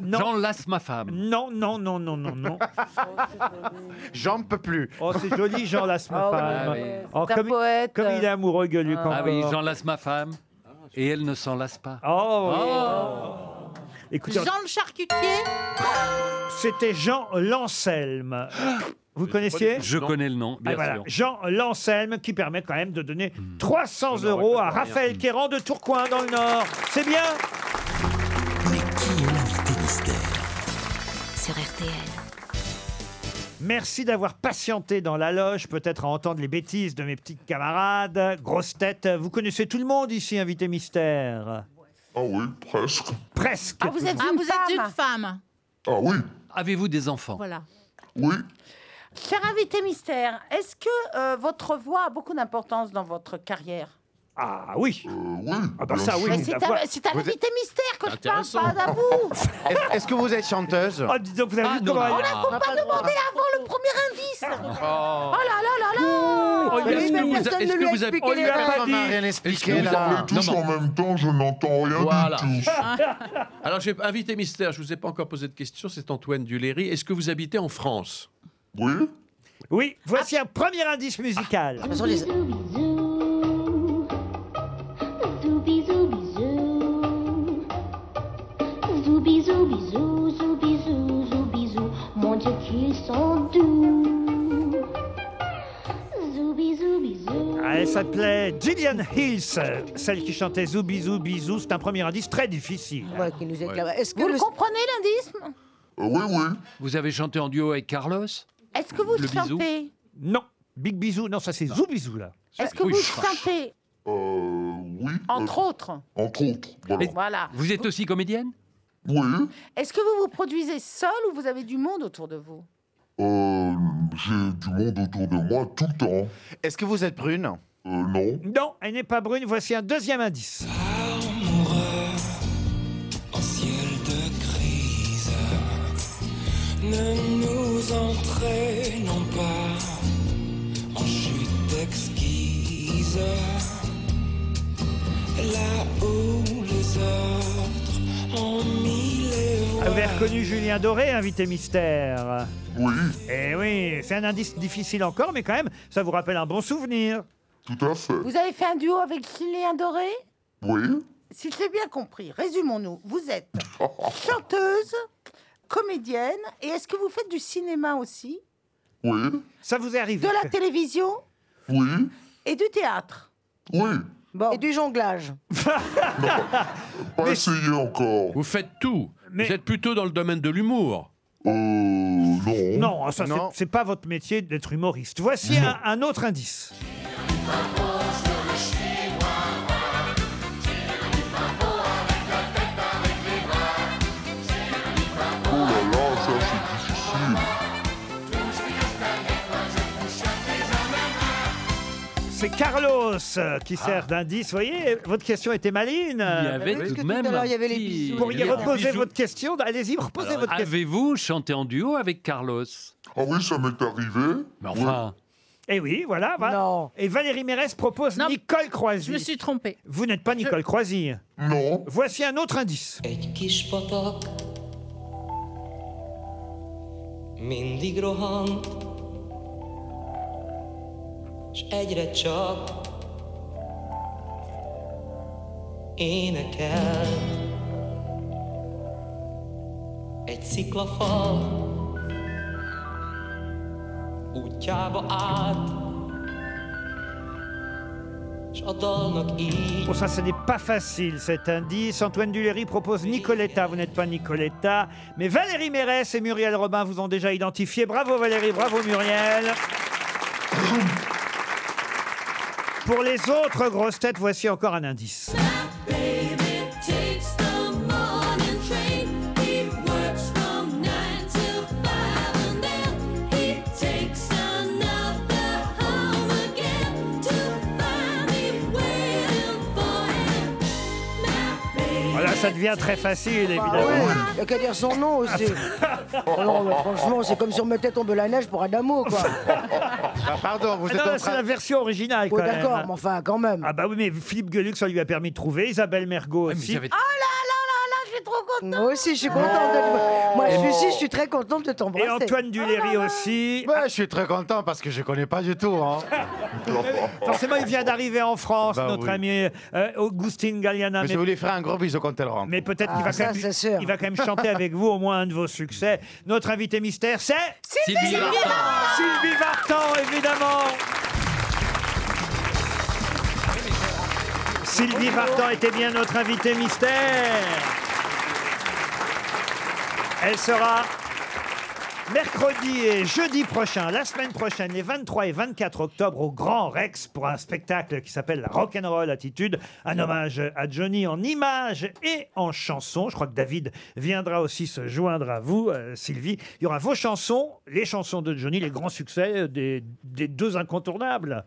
non.
Jean lasse ma femme.
Non, non, non, non, non, non.
J'en peux plus.
Oh, c'est joli, Jean lasse ma
Ah oui.
femme.
Ah oui.
Oh,
C'est un
comme,
poète.
comme il est amoureux, Gueuluc.
Ah oui,
encore.
j'en lasse ma femme. Et elle ne s'en lasse pas.
Oh, Écoutez,
Jean le charcutier.
c'était Jean Lancelme. Vous connaissiez
Je connais le nom, bien
Ah, voilà.
sûr. Hmm.
Jean Lancelme qui permet quand même de donner 300 euros à Raphaël Quéran de Tourcoing dans le Nord. C'est bien
Sur RTL.
Merci d'avoir patienté dans la loge, peut-être à entendre les bêtises de mes petits camarades. Grosse tête, vous connaissez tout le monde ici, invité mystère.
Ah oui, presque.
Presque.
Ah, vous êtes,
Ah,
une, femme.
Ah oui,
Avez-vous des enfants
Voilà.
oui.
Cher invité mystère, est-ce que euh, votre voix a beaucoup d'importance dans votre carrière
Ah oui. Ah bah
bien
ça oui.
Mais
vous
C'est
la
un,
voix.
c'est un
Vous
invité mystère que je parle,
Intéressant.
pas à vous.
[LAUGHS]
Est-ce- Est-ce que vous êtes chanteuse
Ah, dis donc, vous avez vu comment
On
elle-
n'a faut pas demandé avant le premier indice. Oh
Oh.
là là là là
Oh, est-ce que vous- est-ce que vous avez-
on lui a pas dit.
Est-ce que
Vous
vous
parlez
avez-
tous
Non, mais-
en même temps, je n'entends rien
Voilà.
du tout.
Alors, j'ai invité mystère. Je vous ai pas encore posé de question. C'est Antoine Duléry. Est-ce que vous habitez en France
Oui.
Oui, voici un premier indice musical.
Ah,
Zou bisou, bisou, zou bisou, zou bisou, mon Dieu qu'ils sont doux. Zou bisou, bisou.
Ah, Elle s'appelait Gillian Hills, euh, celle qui chantait Zou bisou bisou. C'est un premier indice très difficile.
Est-ce que
Vous
le-
le comprenez l'indice
Euh, oui, oui.
Vous avez chanté en duo avec Carlos
Est-ce que vous
Le bisou.
chantez
Non, big bisou. Non, ça c'est Zou bisou là.
Est-ce que
Oui,
vous
je crache.
chantez
Euh, oui.
Entre autres.
Entre autres, voilà.
Et-
Voilà.
Vous êtes aussi comédienne
Oui.
Est-ce que vous vous produisez seul ou vous avez du monde autour de vous
Euh, j'ai du monde autour de moi tout le temps.
Est-ce que vous êtes brune
Euh, non.
Non, elle n'est pas brune. Voici un deuxième indice.
En ciel de crise, ne nous entraînons pas en chute exquise. Là où les autres ont mis les
Vous avez
voiles.
reconnu Julien Doré, invité mystère.
Oui,
Eh oui, c'est un indice difficile encore, mais quand même, ça vous rappelle un bon souvenir.
tout à fait.
Vous avez fait un duo avec Cillian Doré
Oui.
Si j'ai bien compris, résumons-nous. Vous
[LAUGHS]
êtes chanteuse, comédienne, et est-ce que vous faites du cinéma aussi
Oui.
Ça vous est arrivé
De la télévision
Oui.
et du théâtre
Oui.
Et du jonglage.
Pas essayé encore.
Vous faites tout.
Mais-
Vous êtes plutôt dans le domaine de l'humour.
Euh, non.
Non, ça, c'est- c'est pas votre métier d'être humoriste. Voici un, un autre indice.
Oh là là, ça c'est difficile.
C'est Carlos euh, qui sert d'indice. Vous voyez, votre question était maligne.
Ah. Il y avait tout de même.
l'heure, il y avait les
un petit-
bisous.
Vous pourriez
il y avait un
reposer
bijou.
votre question. bah, Allez-y, reposez
Alors, ah,
votre question.
Avez-vous chanté en duo avec Carlos
Ah oui, ça m'est arrivé.
Mais enfin,
Eh oui, voilà. voilà. Et Valérie Mérès propose
Non.
Nicole Croisy.
Je me suis trompée.
Vous n'êtes pas Nicole Croisy.
Non.
Voici un autre indice.
Egy kis patak mindig rohant, s egyre csak énekel. Egy sziklafal útjába állt, s a dalnak így
Bon, ça, ce n'est pas facile cet indice. Antoine Duléry propose Nicoletta. Vous n'êtes pas Nicoletta. Mais Valérie Mérès et Muriel Robin vous ont déjà identifié. Bravo Valérie, bravo Muriel. Pour les autres grosses têtes, voici encore un indice.
Baby takes the morning train. He works from nine till five, and then he takes another home again to find me
ça devient très facile, évidemment.
Ah oui, il n'y a qu'à dire son nom
[LAUGHS]
aussi. Oh non, mais franchement, c'est comme si on mettait tomber la neige pour Adamo, quoi.
pardon,
Ah, bah, vous êtes en
Ah C'est
train-
la version originale,
Oui,
quand même. hein.
d'accord, mais enfin, quand même.
Ah bah oui, mais Philippe Gueluc, ça lui a permis de trouver. Isabelle Mergot aussi.
Oh là là là là, je suis trop contente. Moi aussi, je suis contente de te- Moi, je suis ici, je suis très contente de t'embrasser.
Et Antoine
Oh
Duléry aussi.
je suis très content parce que je connais pas du tout.
[LAUGHS]
hein.
Forcément, il vient d'arriver en France,
Bah
notre
oui.
ami euh, Augustine Galliana.
Mais je voulais faire un gros bisou quand elle rentre.
Mais peut-être qu'il
Ah,
va,
ça,
quand même- il va quand même chanter avec vous au moins un de vos succès. Notre invité mystère, c'est
Sylvie Sylvie Vartan. Vartan.
Sylvie Vartan, évidemment. Sylvie Vartan était bien notre invitée mystère. Elle sera mercredi et jeudi prochain, la semaine prochaine, les 23 et 24 octobre, au Grand Rex pour un spectacle qui s'appelle La Rock'n'Roll Attitude, un hommage à Johnny en images et en chansons. Je crois que David viendra aussi se joindre à vous, euh, Sylvie. Il y aura vos chansons, les chansons de Johnny, les grands succès des, des deux incontournables.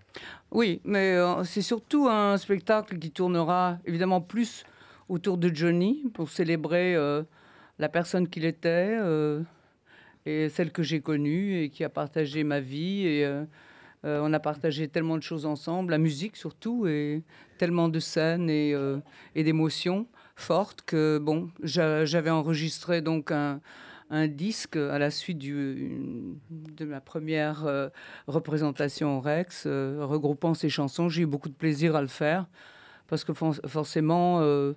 Oui, mais euh, c'est surtout un spectacle qui tournera évidemment plus autour de Johnny pour célébrer euh, la personne qu'il était euh, et celle que j'ai connue et qui a partagé ma vie. Et, euh, euh, on a partagé tellement de choses ensemble, la musique surtout, et tellement de scènes et, euh, et d'émotions fortes que bon, j'a- j'avais enregistré donc un, un disque à la suite du- une- de ma première euh, représentation au Rex, euh, regroupant ces chansons. J'ai eu beaucoup de plaisir à le faire parce que for- forcément, euh,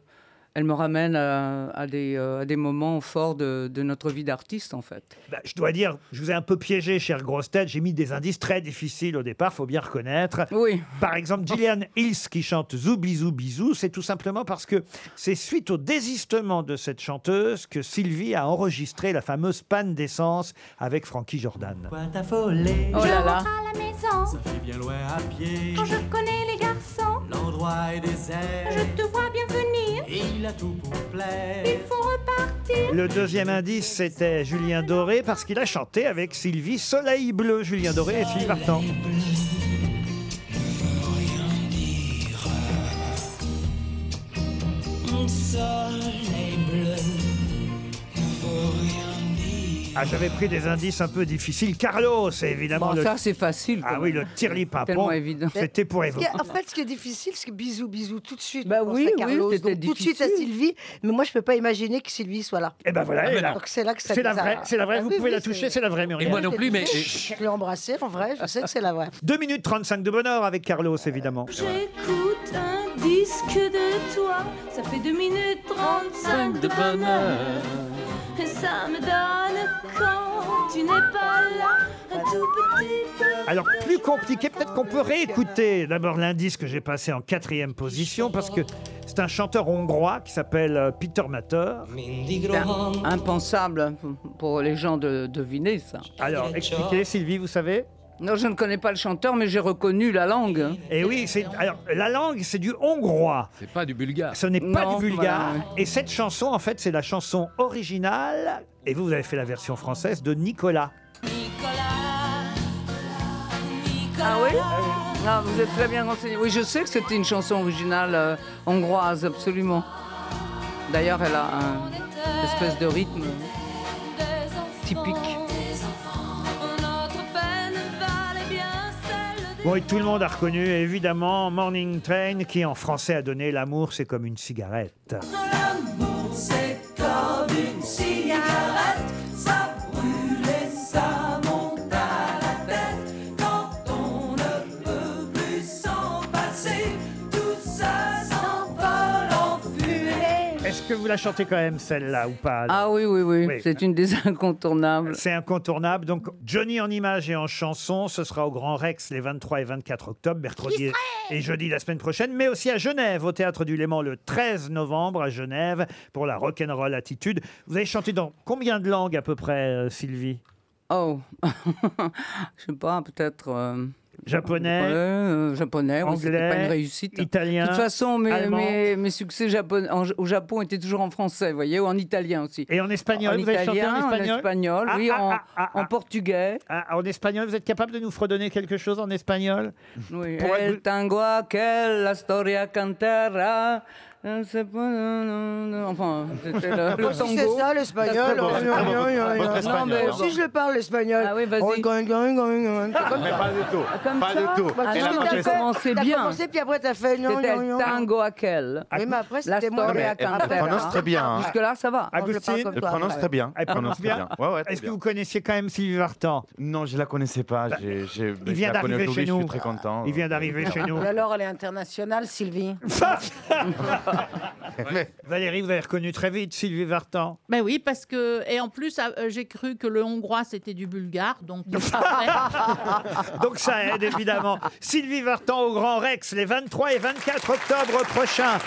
elle me ramène à, à des, euh, à des moments forts de- de notre vie d'artiste en fait.
Bah, je dois dire, je vous ai un peu piégé, chère grosse tête. J'ai mis des indices très difficiles au départ, faut bien reconnaître.
Oui.
Par exemple,
[LAUGHS]
Gillian Hills qui chante Zou Bisou Bisou, c'est tout simplement parce que c'est suite au désistement de cette chanteuse que Sylvie a enregistré la fameuse panne d'essence avec Frankie Jordan.
Oh là là.
à la maison. Ça fait bien loin à pied. Quand je connais les garçons. L'endroit est désert. Je te vois bien venir. il a tout pour plaire. Il faut repartir.
Le deuxième indice, c'était Julien Doré parce qu'il a chanté avec Sylvie Soleil Bleu. Julien Doré et Sylvie Vartan.
Soleil
Ah, j'avais pris des indices un peu difficiles. Carlos, évidemment.
Bon,
le...
ça, c'est facile.
Ah oui, le tirlipapon.
Tellement évident.
C'était pour évoquer.
En fait, ce qui est difficile, c'est que bisous, bisous, tout de suite.
Bah
on pense
oui,
à
oui,
Carlos,
c'était
donc tout de suite à
difficile.
Sylvie. Mais moi, je peux pas imaginer que Sylvie soit là.
Eh ben voilà, elle est là.
Ah Donc c'est là que ça
C'est la
nous a-
vraie, c'est la vraie,
Ah
vous
oui,
pouvez
oui,
la toucher, c'est la vraie Muriel.
Et moi non plus, mais-
Je l'ai embrassée, en vrai, je sais que c'est la vraie.
2 minutes 35 de bonheur avec Carlos, évidemment.
J'écoute un disque de toi. Ça fait 2 minutes 35 de bonheur. Et ça me donne quand tu n'es pas là. Un tout petit peu.
Alors, plus compliqué, peut-être qu'on peut réécouter d'abord l'indice que j'ai passé en quatrième position, parce que c'est un chanteur hongrois qui s'appelle euh, Peter Matter.
Ben, impensable pour les gens de deviner ça.
Alors, expliquez, Sylvie, vous savez
Non, je ne connais pas le chanteur, mais j'ai reconnu la langue. hein.
Et Eh oui, c'est alors Euh, la langue, c'est du hongrois.
C'est pas du bulgare.
Ce n'est pas
Non,
du bulgare.
voilà,
Et cette chanson, en fait, c'est la chanson originale, et vous, vous avez fait la version française, de Nicolas.
Ah oui Ah, vous êtes très bien renseigné. Oui, je sais que c'était une chanson originale euh, hongroise, absolument. D'ailleurs, elle a un espèce de rythme.
Typique. Notre peine valait bien celle
Bon, et tout le monde a reconnu, évidemment, Morning Train, qui en français a donné L'amour, c'est comme une cigarette.
L'amour c'est comme une cigarette, ça brûle et ça monte à la tête. Quand on ne peut plus s'en passer, tout ça s'envole en fumée.
Est-ce que vous la chantez quand même, celle-là, ou pas
Ah oui, oui, oui.
Oui.
C'est une des [LAUGHS] incontournables.
C'est incontournable. Donc, Johnny en images et en chansons, ce sera au Grand Rex les 23 et 24 octobre, mercredi et jeudi la semaine prochaine, mais aussi à Genève, au Théâtre du Léman, le 13 novembre à Genève, pour la Rock'n'Roll Attitude. Vous avez chanté dans combien de langues à peu près, euh, Sylvie
Oh, [LAUGHS] je sais pas, peut-être. euh,
Japonais,
ouais, euh, japonais, oui, c'était
anglais,
pas une réussite. hein.
italien,
De toute façon, mes,
allemand.
mes, mes succès japon- en- au Japon étaient toujours en français, vous voyez, ou en italien aussi.
Et en espagnol,
En
vous avez chanté en
italien,
espagnol
espagnol, oui,
Ah, ah,
en,
ah, ah,
en portugais.
Ah, en espagnol, vous êtes capable de nous fredonner quelque chose en espagnol
Oui.
Pour
El
être-
tango aquel, la historia cantera, Non, euh, c'est pas- non, non, non. Enfin, c'était le,
Moi,
le
si
tango.
c'est ça, l'espagnol.
Très bon, très bon, votre
Non,
espagnol,
mais
alors.
si je le parle, l'espagnol. Ah oui, vas-y.
Mais pas du tout,
Comme
pas
ça.
du tout.
Bah,
Ah
tu
non,
sais,
mais
t'as
j'ai
fait-
commencé bien.
T'as commencé, puis après, t'as fait. gnon,
C'était
gnon,
le
gnon.
tango à quel
Oui, mais après,
La
c'était moi.
storia
Après,
cantera.
après,
Elle prononce très bien, hein.
Jusque-là, ça va.
Agustin,
Elle prononce très bien.
Elle prononce bien. Est-ce que vous connaissiez quand même Sylvie Vartan Bah,
Non, je la connaissais pas. j'ai- j'ai- je la
vient
connais
d'arriver
aujourd'hui,
chez nous.
Je suis très content. Euh,
Il vient d'arriver chez nous.
Et Ah. alors, elle est internationale,
[LAUGHS]
Sylvie
Valérie, vous avez reconnu très vite Sylvie Vartan.
Ben oui, parce que. Et en plus, ah, euh, j'ai cru que le hongrois, c'était du bulgare, donc. c'est pas [LAUGHS] vrai.
Donc ça
[LAUGHS]
aide évidemment. Sylvie Vartan au Grand Rex les 23 et 24 octobre prochains.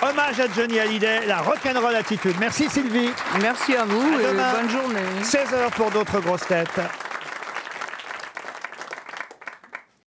Hommage à Johnny Hallyday, la rock'n'roll attitude. Merci Sylvie.
Merci à vous
et
bonne journée.
16h pour d'autres grosses têtes.